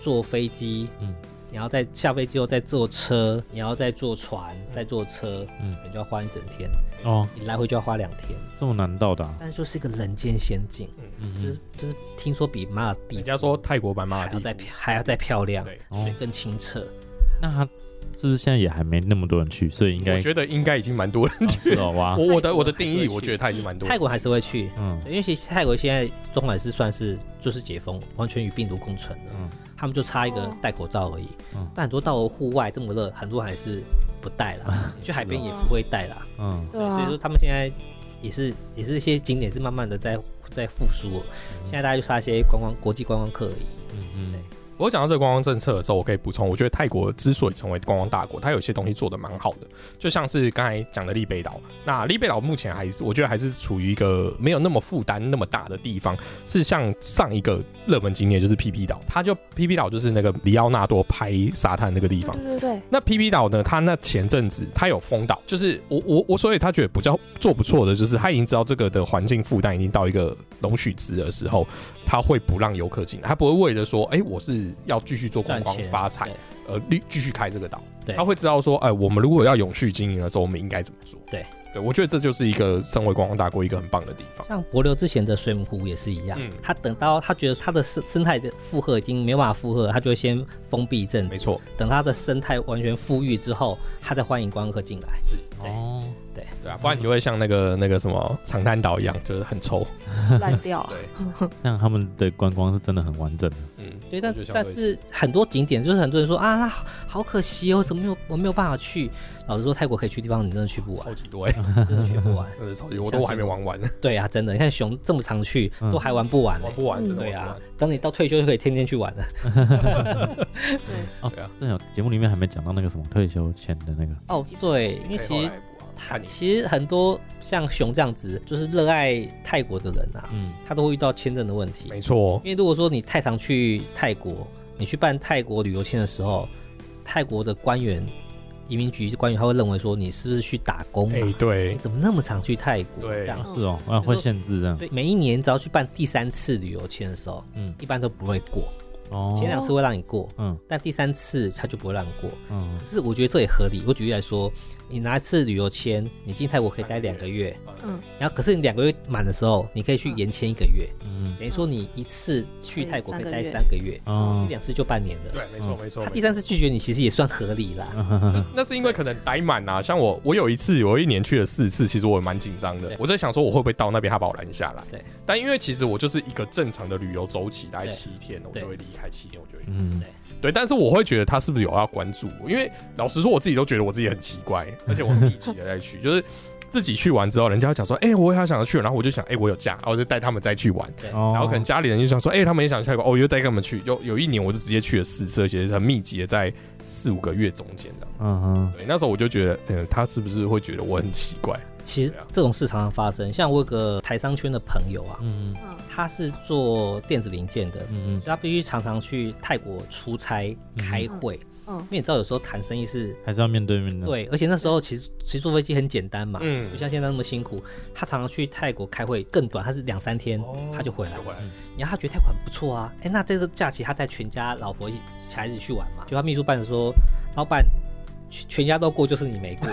[SPEAKER 3] 坐飞机，
[SPEAKER 1] 嗯
[SPEAKER 3] 你要再下飞机后再坐车，你要再坐船，再坐车，
[SPEAKER 1] 嗯
[SPEAKER 3] 你就要花一整天，
[SPEAKER 1] 哦，
[SPEAKER 3] 你来回就要花两天。
[SPEAKER 1] 这么难到达、啊，
[SPEAKER 3] 但是就是一个人间仙境，
[SPEAKER 1] 嗯
[SPEAKER 3] 就
[SPEAKER 1] 哼
[SPEAKER 3] 是就是听说比马尔地
[SPEAKER 4] 人
[SPEAKER 3] 夫
[SPEAKER 4] 家说泰国版马
[SPEAKER 3] 还
[SPEAKER 4] 尔
[SPEAKER 3] 要
[SPEAKER 4] 地
[SPEAKER 3] 再啊
[SPEAKER 4] 夫，
[SPEAKER 3] 还要再漂亮，
[SPEAKER 4] 对，
[SPEAKER 1] 哦
[SPEAKER 3] 水更清澈。
[SPEAKER 1] 那他是不是现在也还没那么多人去？所以应该
[SPEAKER 4] 我觉得应该已经蛮多人
[SPEAKER 1] 哦
[SPEAKER 4] 去
[SPEAKER 1] 是
[SPEAKER 4] 了。
[SPEAKER 1] 哦，哇，
[SPEAKER 4] 我我
[SPEAKER 3] 泰
[SPEAKER 4] 的
[SPEAKER 3] 国
[SPEAKER 4] 我的定
[SPEAKER 3] 还
[SPEAKER 4] 义，
[SPEAKER 3] 是会
[SPEAKER 4] 我觉得他已经蛮多人
[SPEAKER 3] 泰国还是会去，
[SPEAKER 1] 嗯
[SPEAKER 3] 对因为其实泰国现在中还是算是就是解封，完全与病毒共存的，
[SPEAKER 1] 嗯
[SPEAKER 3] 他们就差一
[SPEAKER 2] 哦
[SPEAKER 3] 个戴口罩而已。
[SPEAKER 1] 嗯
[SPEAKER 3] 但很多到了户外这么热，很多还是不戴啦，
[SPEAKER 4] 嗯
[SPEAKER 3] 你去海
[SPEAKER 4] 啊
[SPEAKER 3] 边也不会戴啦。
[SPEAKER 1] 嗯
[SPEAKER 2] 对
[SPEAKER 3] 所以
[SPEAKER 2] 啊
[SPEAKER 3] 说，他们现在也是也是一些景点是慢慢的在在复苏哦，
[SPEAKER 4] 嗯
[SPEAKER 3] 现在大家就差一些观光国际观光客而已。
[SPEAKER 1] 嗯嗯，
[SPEAKER 4] 我讲到这个观光政策的时候，我可以补充，我觉得泰国之所以成为观光大国，它有些东西做的蛮好的，就像是刚才讲的利贝岛。那利贝岛目前还是我觉得还是处于一个没有那么负担那么大的地方，是像上一个热门景点就是 PP 岛，它就 PP 岛就是那个里奥纳多拍沙滩那个地方。
[SPEAKER 2] 对对对，
[SPEAKER 4] 那 PP 岛呢？它那前阵子它有封岛，就是我我我，所以他觉得比较做不错的，就是他已经知道这个的环境负担已经到一个容许值的时候，他会不让游客进来，他不会为了说，哎、我是要继续做观
[SPEAKER 3] 赚
[SPEAKER 4] 光
[SPEAKER 3] 钱
[SPEAKER 4] 发财，呃，继继续开这个岛
[SPEAKER 3] 对，
[SPEAKER 4] 他会知道说，哎、我们如果要永续经营的时候，我们应该怎么做？
[SPEAKER 3] 对，
[SPEAKER 4] 对我觉得这就是一个身为观光大国一个很棒的地方。
[SPEAKER 3] 像博流之前的水母湖也是一样，
[SPEAKER 4] 嗯
[SPEAKER 3] 他等到他觉得他的生生态的负荷已经没办法负荷了，他就会先封闭一阵子
[SPEAKER 4] 没错，
[SPEAKER 3] 等它的生态完全富裕之后，它再欢迎观光客进来。是，对
[SPEAKER 1] 哦，
[SPEAKER 3] 对，
[SPEAKER 4] 对啊，不然你就会像那个那个什么长滩岛一样，就是很臭。
[SPEAKER 2] 烂掉了。
[SPEAKER 4] 对，
[SPEAKER 1] 那他们的观光是真的很完整的，
[SPEAKER 4] 嗯，
[SPEAKER 3] 啊对，但
[SPEAKER 4] 我觉得相
[SPEAKER 3] 但
[SPEAKER 4] 对
[SPEAKER 3] 是很多景点就是很多人说啊，那好好可惜哦，怎么没有我没有办法去？老实说，泰国可以去的地方，你真的去不完
[SPEAKER 4] 超，级多哎、。
[SPEAKER 3] 真的去不完
[SPEAKER 4] 真的超级多，我都还没玩完，
[SPEAKER 3] 对啊，真的，你看熊这么常去，
[SPEAKER 1] 嗯
[SPEAKER 3] 都还玩不完、
[SPEAKER 4] 玩
[SPEAKER 3] 欸。
[SPEAKER 4] 不完，真的玩
[SPEAKER 3] 对
[SPEAKER 4] 不完
[SPEAKER 3] 啊。，等你到退休就可以天天去玩了。
[SPEAKER 4] 哦
[SPEAKER 1] 对啊，节目里面还没讲到那个什么退休前的那个，
[SPEAKER 3] 哦，对，因为
[SPEAKER 4] 可以
[SPEAKER 3] 其
[SPEAKER 4] 后
[SPEAKER 3] 实
[SPEAKER 4] 来补啊
[SPEAKER 3] 他
[SPEAKER 4] 看你
[SPEAKER 3] 其实很多像熊这样子，就是热爱泰国的人啊，
[SPEAKER 1] 嗯，
[SPEAKER 3] 他都会遇到签证的问题。
[SPEAKER 4] 没错，
[SPEAKER 3] 因为如果说你太常去泰国，你去办泰国旅游签的时候，泰国的官员、移民局官员他会认为说你是不是去打工、啊？
[SPEAKER 4] 哎，
[SPEAKER 3] 你
[SPEAKER 4] 对，
[SPEAKER 3] 怎么那么常去泰国？
[SPEAKER 4] 对
[SPEAKER 3] 这样
[SPEAKER 1] 是哦，啊，会限制这样，
[SPEAKER 3] 对，每一年只要去办第三次旅游签的时候，
[SPEAKER 1] 嗯
[SPEAKER 3] 一般都不会过。
[SPEAKER 1] 哦，
[SPEAKER 3] 前两次会让你过，
[SPEAKER 1] 嗯
[SPEAKER 3] 但第三次他就不会让你过。
[SPEAKER 1] 嗯
[SPEAKER 3] 可是我觉得这也合理。我举例来说，你拿一次旅游签，你进泰国可以待两个月，
[SPEAKER 7] 嗯
[SPEAKER 3] 然后可是你两个月满的时候，你可以去延签一个月，
[SPEAKER 1] 嗯
[SPEAKER 3] 等于说你一次去泰国可以待
[SPEAKER 7] 可以
[SPEAKER 3] 三
[SPEAKER 7] 三
[SPEAKER 3] 个月，
[SPEAKER 1] 哦
[SPEAKER 3] 去两次就半年了。
[SPEAKER 4] 对，没错没错。
[SPEAKER 3] 他
[SPEAKER 4] 没
[SPEAKER 3] 第
[SPEAKER 4] 错
[SPEAKER 3] 三次拒绝你，其实也算合理啦。
[SPEAKER 4] 嗯
[SPEAKER 1] 嗯
[SPEAKER 4] 那是因为可能待满啦、像我，我有一次，我一年去了四次，其实我也蛮紧张的
[SPEAKER 3] 对。
[SPEAKER 4] 我在想说，我会不会到那边他把我拦下来？
[SPEAKER 3] 对。
[SPEAKER 4] 但因为其实我就是一个正常的旅游周期，大概
[SPEAKER 3] 对
[SPEAKER 4] 七天，我
[SPEAKER 3] 对
[SPEAKER 4] 就会离开七天，我就会。
[SPEAKER 1] 嗯
[SPEAKER 4] 对，但是我会觉得他是不是有要关注我？因为老实说，我自己都觉得我自己很奇怪，而且我很密集的在去， 就是自己去完之后，人家会讲说，哎、我也好想要去，然后我就想，哎、我有假，然后我就带他们再去玩。
[SPEAKER 1] 哦
[SPEAKER 4] 然后可能家里人就想说，哎、他们也想去泰国，哦，我就带他们去。就有一年我就直接去了四次，而且是很密集的，在四五个月中间这样。
[SPEAKER 1] 嗯哼
[SPEAKER 4] 对，那时候我就觉得，嗯，他是不是会觉得我很奇怪？
[SPEAKER 3] 其实
[SPEAKER 4] 对啊
[SPEAKER 3] 这种事常常发生。像我有个台商圈的朋友啊，
[SPEAKER 1] 嗯
[SPEAKER 3] 他是做电子零件的，所
[SPEAKER 1] 嗯
[SPEAKER 3] 以他必须常常去泰国出差、开会。
[SPEAKER 7] 嗯
[SPEAKER 3] 因为你知道有时候谈生意是
[SPEAKER 1] 还是要面对面的，
[SPEAKER 3] 对，而且那时候其实其实坐飞机很简单嘛，
[SPEAKER 4] 嗯
[SPEAKER 3] 不像现在那么辛苦。他常常去泰国开会，更短，他是两三天、
[SPEAKER 1] 哦
[SPEAKER 3] 他就回来
[SPEAKER 4] 就
[SPEAKER 3] 了。
[SPEAKER 4] 回来
[SPEAKER 1] 嗯
[SPEAKER 3] 然后他觉得泰国很不错啊，哎，那这个假期他带全家、老婆、一起小孩子去玩嘛。就他秘书办的说，老板全全家都过，就是你没过。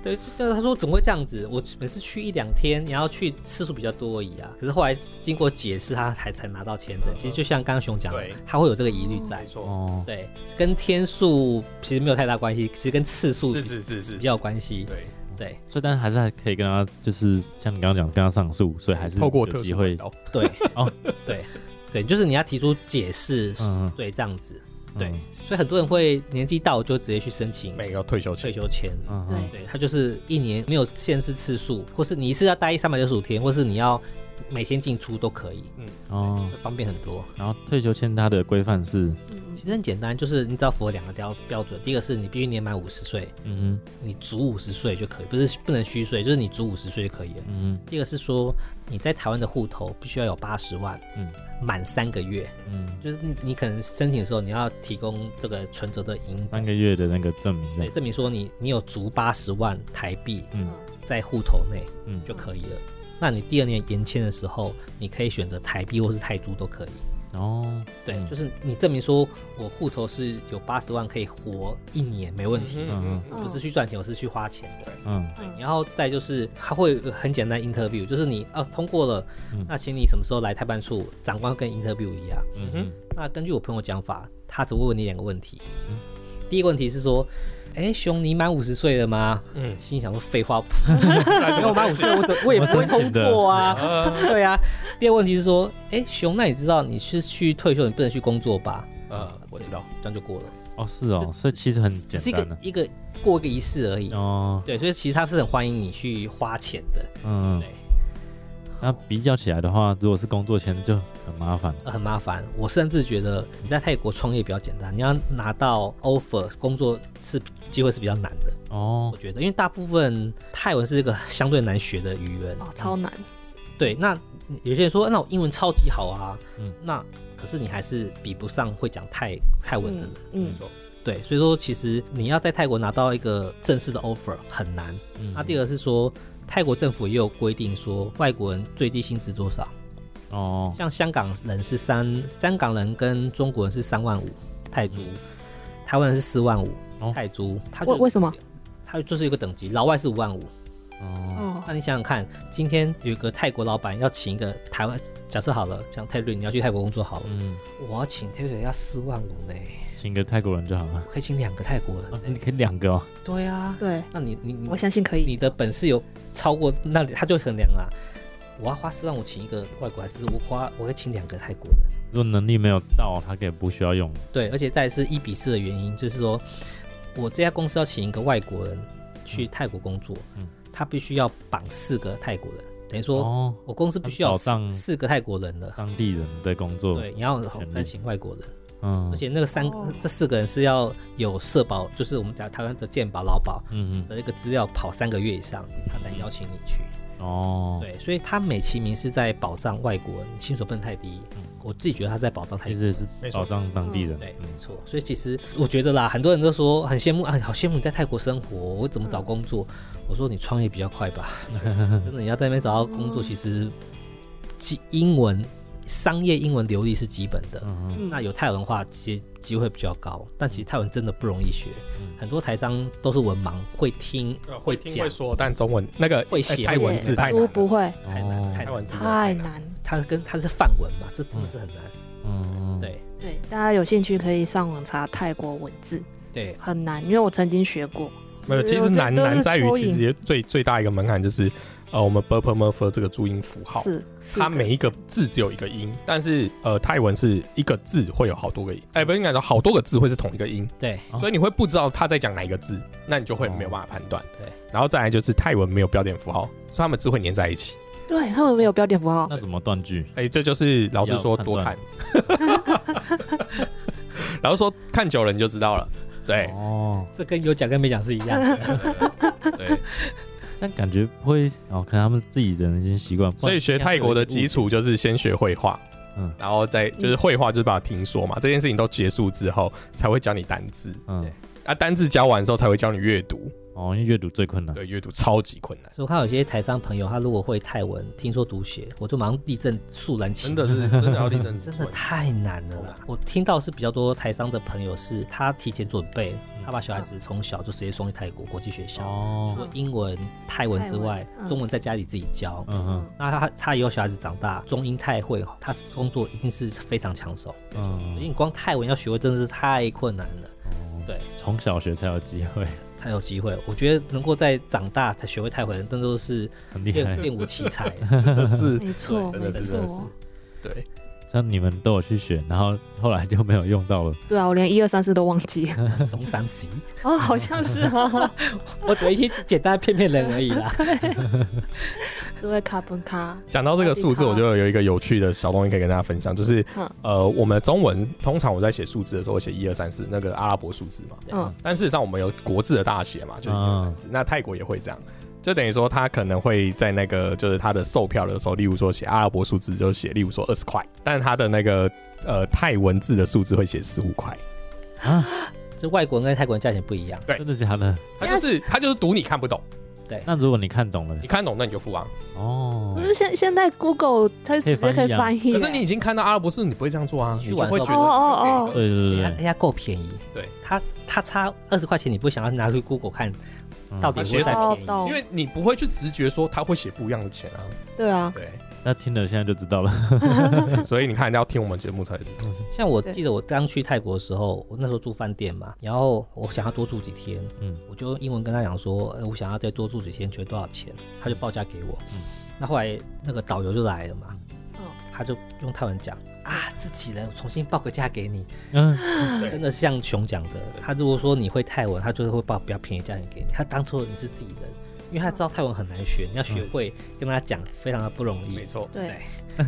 [SPEAKER 3] 对，就但是他说怎么会这样子？我每次去一两天，然后去次数比较多而已啊。可是后来经过解释，他才才拿到签证。其实就像刚刚熊讲的
[SPEAKER 4] 对，
[SPEAKER 3] 他会有这个疑虑在。
[SPEAKER 4] 错，
[SPEAKER 1] 哦，
[SPEAKER 3] 对，跟天数其实没有太大关系，其实跟次数
[SPEAKER 4] 是是是是
[SPEAKER 3] 比较有关系。
[SPEAKER 4] 对，
[SPEAKER 3] 对
[SPEAKER 1] 所以但是还是还可以跟他，就是像你刚刚讲，跟他上诉，所以还是
[SPEAKER 4] 透过
[SPEAKER 1] 有
[SPEAKER 4] 特
[SPEAKER 1] 机
[SPEAKER 4] 殊
[SPEAKER 1] 会
[SPEAKER 4] 管，道
[SPEAKER 3] 对
[SPEAKER 1] 哦
[SPEAKER 3] 对对，就是你要提出解释
[SPEAKER 1] 嗯嗯，
[SPEAKER 3] 对这样子。对
[SPEAKER 1] 嗯，
[SPEAKER 3] 所以很多人会年纪到就直接去申请
[SPEAKER 4] 每个退休
[SPEAKER 3] 退
[SPEAKER 4] 前，
[SPEAKER 3] 休签。
[SPEAKER 1] 嗯哼
[SPEAKER 7] 对
[SPEAKER 3] 对，他就是一年没有限制次数，或是你一次要待三百六十五天，或是你要每天进出都可以，
[SPEAKER 1] 哦，
[SPEAKER 3] 方便很多。
[SPEAKER 1] 然后退休签它的规范是，
[SPEAKER 3] 其实很简单，就是你只要符合两个标标准，第一个是你必须年满五十岁，
[SPEAKER 1] 嗯哼
[SPEAKER 3] 你足五十岁就可以，不是不能虚岁，就是你足五十岁就可以了。
[SPEAKER 1] 嗯
[SPEAKER 3] 第二个是说你在台湾的户头必须要有八十万，
[SPEAKER 1] 嗯
[SPEAKER 3] 满三个月，
[SPEAKER 1] 哼嗯，
[SPEAKER 3] 就是你你可能申请的时候你要提供这个存折的银
[SPEAKER 1] 三个月的那个证明，
[SPEAKER 3] 对，，证明说你你有足八十万台币
[SPEAKER 1] 嗯
[SPEAKER 3] 在户头内
[SPEAKER 1] 嗯
[SPEAKER 3] 就可以了。那你第二年延签的时候，你可以选择台币或是泰铢都可以。
[SPEAKER 1] 哦，
[SPEAKER 3] 对，
[SPEAKER 1] 嗯
[SPEAKER 3] 就是你证明说我户头是有八十万可以活一年没问题，
[SPEAKER 1] 嗯
[SPEAKER 3] 我不是去赚钱，我是去花钱的。
[SPEAKER 1] 嗯
[SPEAKER 3] 然后再就是它会有一个很简单的 interview，就是你哦、通过了，
[SPEAKER 1] 嗯
[SPEAKER 3] 那请你什么时候来太办处？长官跟 interview 一样。
[SPEAKER 1] 嗯哼
[SPEAKER 3] 那根据我朋友讲法，他只会问你两个问题。
[SPEAKER 1] 嗯
[SPEAKER 3] 第一个问题是说，哎，熊，你满五十岁了吗？
[SPEAKER 4] 嗯
[SPEAKER 3] 心里想说废 话，
[SPEAKER 4] 没
[SPEAKER 3] 没有满五十岁，我怎我也不会通过啊。 对啊。第二个问题是说，哎，熊，那你知道你是去退休，你不能去工作吧？
[SPEAKER 4] 呃，我知道，
[SPEAKER 3] 这样就过了，
[SPEAKER 1] 哦是哦，所以其实很
[SPEAKER 3] 只是一
[SPEAKER 1] 简单
[SPEAKER 3] 个
[SPEAKER 1] 的，
[SPEAKER 3] 一个过一个仪式而已。
[SPEAKER 1] 哦，
[SPEAKER 3] 对，所以其实他是很欢迎你去花钱的，
[SPEAKER 1] 嗯
[SPEAKER 3] 对，
[SPEAKER 1] 那比较起来的话，如果是工作签就很麻烦了，
[SPEAKER 3] 呃很麻烦。我甚至觉得你在泰国创业比较简单，你要拿到 offer 工作是机会是比较难的。
[SPEAKER 1] 哦
[SPEAKER 3] 我，觉得，因为大部分泰文是一个 相对难学的语言。
[SPEAKER 2] 哦，超难。
[SPEAKER 3] 对，那有些人说，那我英文超级好啊，
[SPEAKER 1] 嗯
[SPEAKER 3] 那可是你还是比不上会讲泰泰文的人。
[SPEAKER 2] 嗯，
[SPEAKER 3] 对，所以说其实你要在泰国拿到一个正式的 offer 很难。
[SPEAKER 1] 嗯
[SPEAKER 3] 那第二个是说，泰国政府也有规定说，外国人最低薪资多少？
[SPEAKER 1] 哦，
[SPEAKER 3] 像香港人是三，香港人跟中国人是三万五泰铢，台湾人是四万五
[SPEAKER 1] 嗯哦
[SPEAKER 3] 泰铢。他
[SPEAKER 2] 为为什么？
[SPEAKER 3] 他就是一个等级，老外是五万五。
[SPEAKER 1] 哦，
[SPEAKER 2] 哦，
[SPEAKER 3] 那你想想看，今天有一个泰国老板要请一个台湾，假设好了，像泰瑞，你要去泰国工作好了，
[SPEAKER 1] 嗯，
[SPEAKER 3] 我要请泰瑞要四万五呢，
[SPEAKER 1] 请个泰国人就好了
[SPEAKER 3] 我，可以请两个泰国人
[SPEAKER 1] 哦
[SPEAKER 3] 呢。
[SPEAKER 1] 你可以两个哦，
[SPEAKER 3] 嗯对啊，
[SPEAKER 2] 对，
[SPEAKER 3] 那你你
[SPEAKER 4] 嗯
[SPEAKER 3] 你
[SPEAKER 2] 我相信可以。
[SPEAKER 3] 你的本事有超过那里，他就衡量啦。我要花四万五请一个外国，还是我花我可以请两个泰国人？
[SPEAKER 1] 如果能力没有到，他也不需要用，
[SPEAKER 3] 对，而且再来是一比四的原因，就是说我这家公司要请一个外国人去泰国工作，
[SPEAKER 1] 嗯
[SPEAKER 3] 他必须要绑四个泰国人，等于说、
[SPEAKER 1] 哦，
[SPEAKER 3] 我公司必须要
[SPEAKER 1] 保障
[SPEAKER 3] 四四个泰国人了。
[SPEAKER 1] 当地人的工作，
[SPEAKER 3] 对，你要
[SPEAKER 1] 权利
[SPEAKER 3] 再请外国人，
[SPEAKER 1] 嗯，
[SPEAKER 3] 而且那个三、这四个人是要有社保，就是我们讲台湾的健保、劳保
[SPEAKER 1] 嗯
[SPEAKER 3] 的一个资料跑三个月以上，他才邀请你去。
[SPEAKER 1] 嗯，哦，
[SPEAKER 3] 对，所以他美其名是在保障外国人，薪水不能太低。我自己觉得他是在保障
[SPEAKER 1] 嗯
[SPEAKER 3] 泰
[SPEAKER 1] 其
[SPEAKER 3] 国
[SPEAKER 1] 实也是
[SPEAKER 4] 没错
[SPEAKER 1] 保障当地人，
[SPEAKER 3] 对，没
[SPEAKER 1] 嗯
[SPEAKER 3] 错。所以其实我觉得啦，很多人都说很羡慕啊，好羡慕你在泰国生活，我怎么找工作？
[SPEAKER 1] 嗯
[SPEAKER 3] 我说你创 业比较快吧，真的，你要在那边找到工作，其实记英文商业英文流利是基本的，
[SPEAKER 1] 嗯哼，
[SPEAKER 3] 那有泰文化其实机会比较高，但其实泰文真的不容易学，
[SPEAKER 1] 嗯
[SPEAKER 3] 很多台商都是文盲，会听
[SPEAKER 4] 呃
[SPEAKER 3] 嗯会
[SPEAKER 4] 会听
[SPEAKER 3] 讲
[SPEAKER 4] 会，说，但中文那个
[SPEAKER 3] 会写
[SPEAKER 4] 泰文字太难
[SPEAKER 2] 不
[SPEAKER 4] 了，
[SPEAKER 2] 不会，
[SPEAKER 3] 太难太
[SPEAKER 4] 泰
[SPEAKER 3] 难
[SPEAKER 4] 文，字真的
[SPEAKER 2] 太
[SPEAKER 4] 难了。
[SPEAKER 2] 难。
[SPEAKER 3] 它跟它是范文嘛，这真的是很难，
[SPEAKER 1] 嗯，
[SPEAKER 3] 对
[SPEAKER 2] 对，大家有兴趣可以上网查泰国文字，
[SPEAKER 3] 对，
[SPEAKER 2] 很难，因为我曾经学过。
[SPEAKER 4] 没有，其实
[SPEAKER 2] 我觉得
[SPEAKER 4] 难
[SPEAKER 2] 都是
[SPEAKER 4] 难在于
[SPEAKER 2] 蚯
[SPEAKER 4] 其
[SPEAKER 2] 蚓
[SPEAKER 4] 实最最大一个门槛就是，呃，我们 b u r p l e m u r p h 这个注音符号，
[SPEAKER 2] 是，是
[SPEAKER 4] 它每一个字只有一个音，但是呃，泰文是一个字会有好多个音，哎、不应该说好多个字会是同一个音，
[SPEAKER 3] 对
[SPEAKER 1] 哦
[SPEAKER 4] 所以你会不知道他在讲哪一个字，那你就会没有办法判断。
[SPEAKER 3] 对，
[SPEAKER 4] 然后再来就是泰文没有标点符号，所以他们字会粘在一起。
[SPEAKER 2] 对他们没有标点符号，
[SPEAKER 4] 哦
[SPEAKER 1] 那怎么断句？
[SPEAKER 4] 哎、这就是老师说多看， 老师说看久了你就知道了。对
[SPEAKER 1] 哦，
[SPEAKER 3] 这跟有讲跟没讲是一样 的，
[SPEAKER 4] 哦对，
[SPEAKER 1] 这样感觉不会哦，可能他们自己人已经习惯。
[SPEAKER 4] 所以学泰国的基础就是先学绘画，嗯
[SPEAKER 1] 嗯，
[SPEAKER 4] 然后再就是绘画就是把它听说嘛，这件事情都结束之后才会教你单字。
[SPEAKER 1] 不然这样会有
[SPEAKER 3] 对
[SPEAKER 1] 误，
[SPEAKER 4] 啊，单字教完之后才会教你阅读，
[SPEAKER 1] 嗯，哦，因为阅读最困难。
[SPEAKER 4] 对，阅读超级困难，
[SPEAKER 3] 所以我看有些台商朋友，他如果会泰文，听说读写，我就马上立正肃然起
[SPEAKER 4] 真
[SPEAKER 3] 敬。
[SPEAKER 4] 的是真的要立正，
[SPEAKER 3] 真的太难了啦！我听到是比较多台商的朋友是，他提前准备，
[SPEAKER 4] 嗯
[SPEAKER 3] 他把小孩子从小就直接送去泰国国际学校，除
[SPEAKER 1] 哦，
[SPEAKER 3] 了英文、泰文之外，
[SPEAKER 6] 泰文嗯
[SPEAKER 3] 中文在家里自己教。
[SPEAKER 1] 嗯哼，
[SPEAKER 3] 那他他以后小孩子长大，中英泰会，他工作一定是非常抢手。因为
[SPEAKER 1] 嗯，
[SPEAKER 3] 你光泰文要学会，真的是太困难了。对，
[SPEAKER 1] 从小学才有机会，
[SPEAKER 3] 才有机会。我觉得能够在长大才学会泰文，真的都是
[SPEAKER 1] 很厉害
[SPEAKER 3] 练。练武奇才。
[SPEAKER 4] 真的是，
[SPEAKER 2] 没错，
[SPEAKER 4] 对
[SPEAKER 2] 没
[SPEAKER 4] 真的是真的是
[SPEAKER 2] 错。
[SPEAKER 4] 对，
[SPEAKER 1] 像你们都有去学，然后后来就没有用到了。
[SPEAKER 2] 对啊，我连一二三四都忘记了
[SPEAKER 3] 松山席，
[SPEAKER 2] 哦，好像是哦，
[SPEAKER 3] 我只会一些简单的骗骗人而已啦。
[SPEAKER 2] 这位卡本卡，
[SPEAKER 4] 讲到这个数字，我就有一个有趣的小东西可以跟大家分享，就是
[SPEAKER 2] 嗯
[SPEAKER 4] 呃，我们的中文通常我在写数字的时候，我写一二三四那个阿拉伯数字嘛，
[SPEAKER 2] 嗯，
[SPEAKER 4] 但事实上我们有国字的大写嘛，就是一二三
[SPEAKER 1] 嗯
[SPEAKER 4] 四，
[SPEAKER 3] 啊
[SPEAKER 4] 那泰国也会这样。就等于说，他可能会在那个就是他的售票的时候，例如说写阿拉伯数字，就写例如说二十块，但他的那个呃泰文字的数字会写十五块，
[SPEAKER 3] 就外国人跟泰国人价钱不一样，
[SPEAKER 1] 真的假的？
[SPEAKER 4] 他就是他就是赌你看不懂，
[SPEAKER 1] 那如果你看懂了呢
[SPEAKER 4] 你，看懂那你就付啊，
[SPEAKER 1] 哦
[SPEAKER 2] 可，是现现在 Google 它直接可
[SPEAKER 1] 可以翻
[SPEAKER 2] 以
[SPEAKER 1] 译啊
[SPEAKER 2] 翻译
[SPEAKER 4] 可
[SPEAKER 2] 耶，
[SPEAKER 4] 是你已经看到阿拉伯数，你不会这样做啊，
[SPEAKER 3] 去
[SPEAKER 4] 你就
[SPEAKER 3] 玩
[SPEAKER 4] 会
[SPEAKER 3] 的
[SPEAKER 4] 觉
[SPEAKER 3] 时
[SPEAKER 2] 候
[SPEAKER 4] 得
[SPEAKER 2] 哦哦哦
[SPEAKER 4] 就给一个
[SPEAKER 1] 对对对
[SPEAKER 3] 人
[SPEAKER 1] 对，
[SPEAKER 3] 家哎够便宜。
[SPEAKER 4] 对，
[SPEAKER 3] 他他差二十块钱，你不想要拿去 Google 看
[SPEAKER 1] 嗯
[SPEAKER 3] 到底会再
[SPEAKER 2] 哦
[SPEAKER 3] 便宜？
[SPEAKER 2] 懂
[SPEAKER 4] 因，为你不会去直觉说他会写不一样的钱啊，
[SPEAKER 2] 对啊，
[SPEAKER 4] 对，
[SPEAKER 1] 那听了现在就知道了。
[SPEAKER 4] 所以你看要听我们节目才知道，
[SPEAKER 3] 像我记得我刚去泰国的时候，我那时候住饭店嘛，然后我想要多住几天，
[SPEAKER 1] 嗯
[SPEAKER 3] 我就用英文跟他讲说，呃我想要再多住几天，觉得多少钱，他就
[SPEAKER 4] 嗯
[SPEAKER 3] 报价给我。那后来那个导游就来了嘛，
[SPEAKER 4] 嗯
[SPEAKER 3] 他就用泰文讲啊，自己人，我重新报个价给你，
[SPEAKER 1] 嗯，
[SPEAKER 4] 对
[SPEAKER 3] 真的像熊讲的，他如果说你会泰文，他就是会报比较便宜价钱给你。他当初你是自己人，因为他知道泰文很难学，你要学会跟他讲，非常的不容易。
[SPEAKER 4] 嗯没，错，
[SPEAKER 2] 对，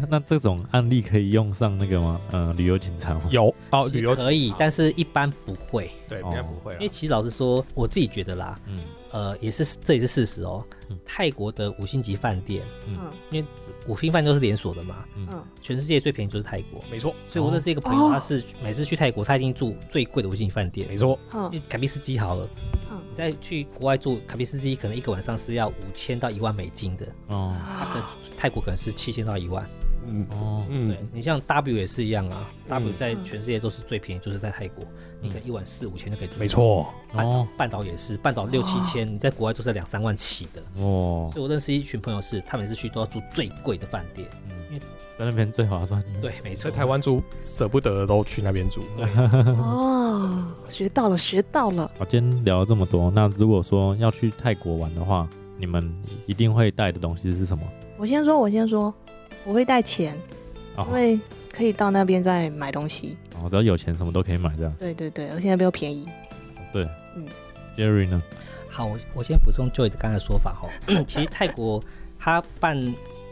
[SPEAKER 1] 那这种案例可以用上那个吗？嗯，旅游警察吗？
[SPEAKER 4] 有哦，旅游
[SPEAKER 3] 可以
[SPEAKER 4] 警察，
[SPEAKER 3] 但是一般不会。
[SPEAKER 4] 对，
[SPEAKER 1] 哦
[SPEAKER 4] 应该不会
[SPEAKER 3] 因
[SPEAKER 4] 啊啦
[SPEAKER 3] 为，其实老实说，我自己觉得啦，
[SPEAKER 1] 嗯，
[SPEAKER 3] 呃，也是这也是事实哦
[SPEAKER 1] 嗯。
[SPEAKER 3] 泰国的五星级饭店，
[SPEAKER 1] 嗯
[SPEAKER 3] 因为五星饭店都是连锁的嘛，
[SPEAKER 1] 嗯哦
[SPEAKER 3] 全世界最便宜就是泰国。
[SPEAKER 4] 没错，
[SPEAKER 3] 所以我认识一个朋友，他是每次去泰国，他一定住最贵的五星级饭店
[SPEAKER 4] 没。错，
[SPEAKER 2] 嗯
[SPEAKER 3] 因为卡比斯基好了，
[SPEAKER 2] 嗯
[SPEAKER 3] 你再去国外住卡比斯基，可能一个晚上是要五千到一万美金的，
[SPEAKER 1] 哦
[SPEAKER 3] 那泰国可能是七千到一万。
[SPEAKER 4] 嗯
[SPEAKER 1] 哦，
[SPEAKER 3] 对
[SPEAKER 4] 嗯，
[SPEAKER 3] 你像 W 也是一样啊，W
[SPEAKER 4] 嗯
[SPEAKER 3] 在全世界都是最便宜，就是在泰国，你可能一晚四五千就可以住。
[SPEAKER 4] 没。错，
[SPEAKER 3] 半
[SPEAKER 1] 哦
[SPEAKER 3] 半岛也是，半岛六七千，你在国外都是两三万起的。
[SPEAKER 1] 哦
[SPEAKER 3] 所，以我认识一群朋友是，他每次去都要住最贵的饭店。
[SPEAKER 1] 在那边最划算。
[SPEAKER 3] 对，没错
[SPEAKER 4] 在。台湾住舍不得的都去那边住，
[SPEAKER 2] 哦，学到了，学到了，
[SPEAKER 1] 好，今天聊了这么多，那如果说要去泰国玩的话，你们一定会带的东西是什么？
[SPEAKER 2] 我先说，我先说，我会带钱，
[SPEAKER 1] 哦
[SPEAKER 2] 因，为可以到那边再买东西，
[SPEAKER 1] 哦只要有钱，什么都可以买，这样
[SPEAKER 2] 对对对，而且那边又便宜，
[SPEAKER 1] 对。
[SPEAKER 2] 嗯
[SPEAKER 1] ，Jerry 呢？
[SPEAKER 3] 好，我我先补充 Joy 的刚才的说 法哈，其实泰国它办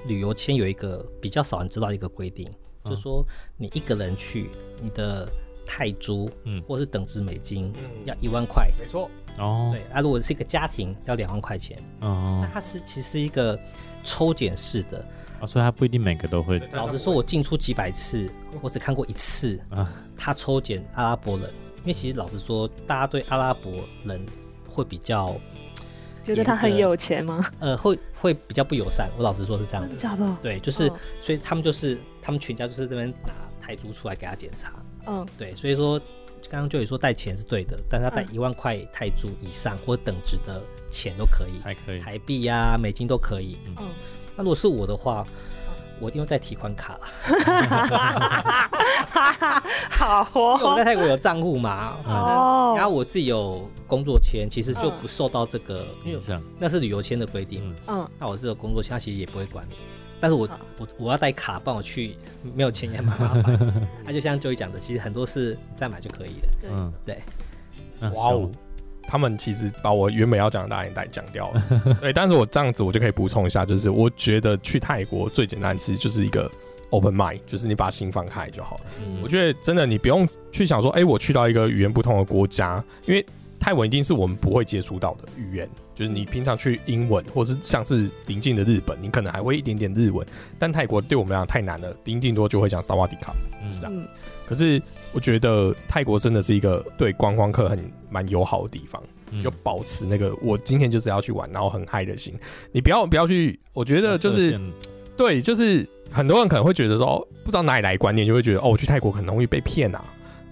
[SPEAKER 3] 旅游签有一个比较少人知道的一个规定，
[SPEAKER 1] 嗯
[SPEAKER 3] 就是说你一个人去，你的泰铢，
[SPEAKER 1] 嗯
[SPEAKER 3] 或是等值美金
[SPEAKER 4] 嗯
[SPEAKER 3] 要一万块，
[SPEAKER 4] 没错，
[SPEAKER 1] 哦
[SPEAKER 3] 对，，啊，如果是一个家庭要两万块钱，
[SPEAKER 4] 嗯
[SPEAKER 3] 那
[SPEAKER 1] 哦，
[SPEAKER 3] 它是其实是一个抽检式的。
[SPEAKER 1] 啊所以他不一定每个都会
[SPEAKER 4] 对
[SPEAKER 3] 老实说，我进出几百次，我只看过一次
[SPEAKER 1] 啊，
[SPEAKER 3] 他抽检阿拉伯人，因为其实老实说，大家对阿拉伯人会比较
[SPEAKER 2] 觉得他很有钱吗？
[SPEAKER 3] 呃，会会比较不友善。我老实说是这样
[SPEAKER 2] 真的
[SPEAKER 3] 子，
[SPEAKER 2] 假的？
[SPEAKER 3] 对，就是、
[SPEAKER 2] 嗯
[SPEAKER 3] 所以他们就是他们全家就是这边拿泰铢出来给他检查，
[SPEAKER 2] 嗯，
[SPEAKER 3] 对，所以说刚刚就有说带钱是对的，但是他带
[SPEAKER 2] 嗯
[SPEAKER 3] 一万块泰铢以上或等值的钱都可以，
[SPEAKER 1] 还可以，
[SPEAKER 3] 台币呀、美金都可以。
[SPEAKER 1] 嗯
[SPEAKER 2] 嗯
[SPEAKER 3] 那如果是我的话，我一定会带提款卡啦，
[SPEAKER 2] 哈哈，好
[SPEAKER 3] 因为我
[SPEAKER 2] 哦，
[SPEAKER 3] 在泰国有账户嘛。
[SPEAKER 1] 嗯
[SPEAKER 3] 然
[SPEAKER 2] 哦，
[SPEAKER 3] 后我自己有工作签，其实就
[SPEAKER 2] 嗯
[SPEAKER 3] 不受到这个，因
[SPEAKER 1] 影
[SPEAKER 3] 为
[SPEAKER 1] 响
[SPEAKER 3] 那是旅游签的规定。
[SPEAKER 1] 嗯
[SPEAKER 2] 嗯，
[SPEAKER 3] 那我这个工作签，他其实也不会管你。但是我
[SPEAKER 2] 好
[SPEAKER 3] 我我要带卡帮我去，没有钱也蛮麻 烦。那就像 Joey 讲的，其实很多事再买就可以了。
[SPEAKER 2] 对，
[SPEAKER 1] 嗯，
[SPEAKER 3] 对，
[SPEAKER 1] 那
[SPEAKER 4] 哇
[SPEAKER 1] 小
[SPEAKER 4] 哦，他们其实把我原本要讲的答案带讲掉了。对，但是我这样子我就可以补充一下，就是我觉得去泰国最简单，其实就是一个 open mind，就是你把心放开就好了。
[SPEAKER 3] 嗯，
[SPEAKER 4] 我觉得真的你不用去想说，哎、我去到一个语言不同的国家，因为泰文一定是我们不会接触到的语言。就是你平常去英文，或是像是临近的日本，你可能还会一点点日文，但泰国对我们来讲太难了，顶顶多就会讲萨瓦迪卡。
[SPEAKER 1] 嗯
[SPEAKER 4] 这样
[SPEAKER 2] 嗯
[SPEAKER 4] 可是我觉得泰国真的是一个对观光客很蛮友好的地方。
[SPEAKER 1] 嗯
[SPEAKER 4] 就保持那个我今天就是要去玩，然后很嗨的心。你不要不要去，我觉得就
[SPEAKER 1] 射
[SPEAKER 4] 是
[SPEAKER 1] 线
[SPEAKER 4] 对，就是很多人可能会觉得说，哦不知道哪里来的观念，就会觉得哦，我去泰国很容易被骗啊。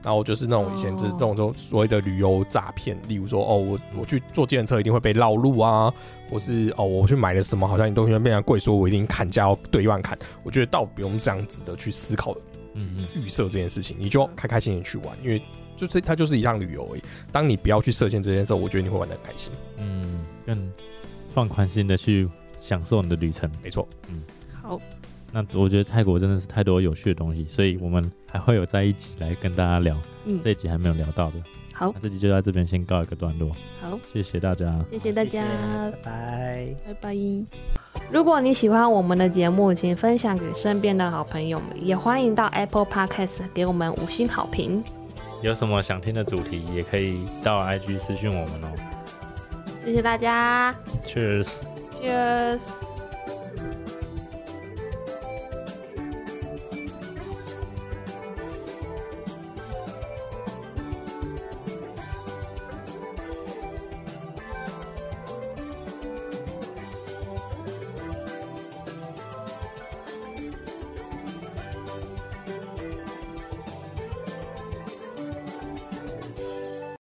[SPEAKER 4] 然后就是那种以前就是这种这种所谓的旅游诈骗，例如说哦，我我去坐计程车一定会被绕路啊，或是哦我去买了什么好像你东西会变成贵，所以我一定砍价要对半砍。我觉得倒不用这样子的去思考
[SPEAKER 1] 嗯嗯
[SPEAKER 4] 预设这件事情，你就开开心心去玩，因为就是它就是一趟旅游而已。当你不要去设限这件事，我觉得你会玩的很开心。
[SPEAKER 1] 嗯，更放宽心的去享受你的旅程。
[SPEAKER 4] 没错，
[SPEAKER 2] 好，
[SPEAKER 1] 那我觉得泰国真的是太多有趣的东西，所以我们还会有在一起来跟大家聊
[SPEAKER 2] 嗯
[SPEAKER 1] 这，一集还没有聊到的。
[SPEAKER 2] 好
[SPEAKER 1] 那这集就到这边先告一个段落，
[SPEAKER 2] 好，
[SPEAKER 1] 谢谢大家。
[SPEAKER 2] 谢谢大家，
[SPEAKER 3] 谢谢拜拜。
[SPEAKER 2] 拜拜。
[SPEAKER 6] 如果你喜欢我们的节目，请分享给身边的好朋友们，也欢迎到 Apple Podcast 给我们五星好评。
[SPEAKER 5] 有什么想听的主题，也可以到 IG 私讯我们哦。
[SPEAKER 6] 谢谢大家
[SPEAKER 5] Cheers。
[SPEAKER 6] ，Cheers。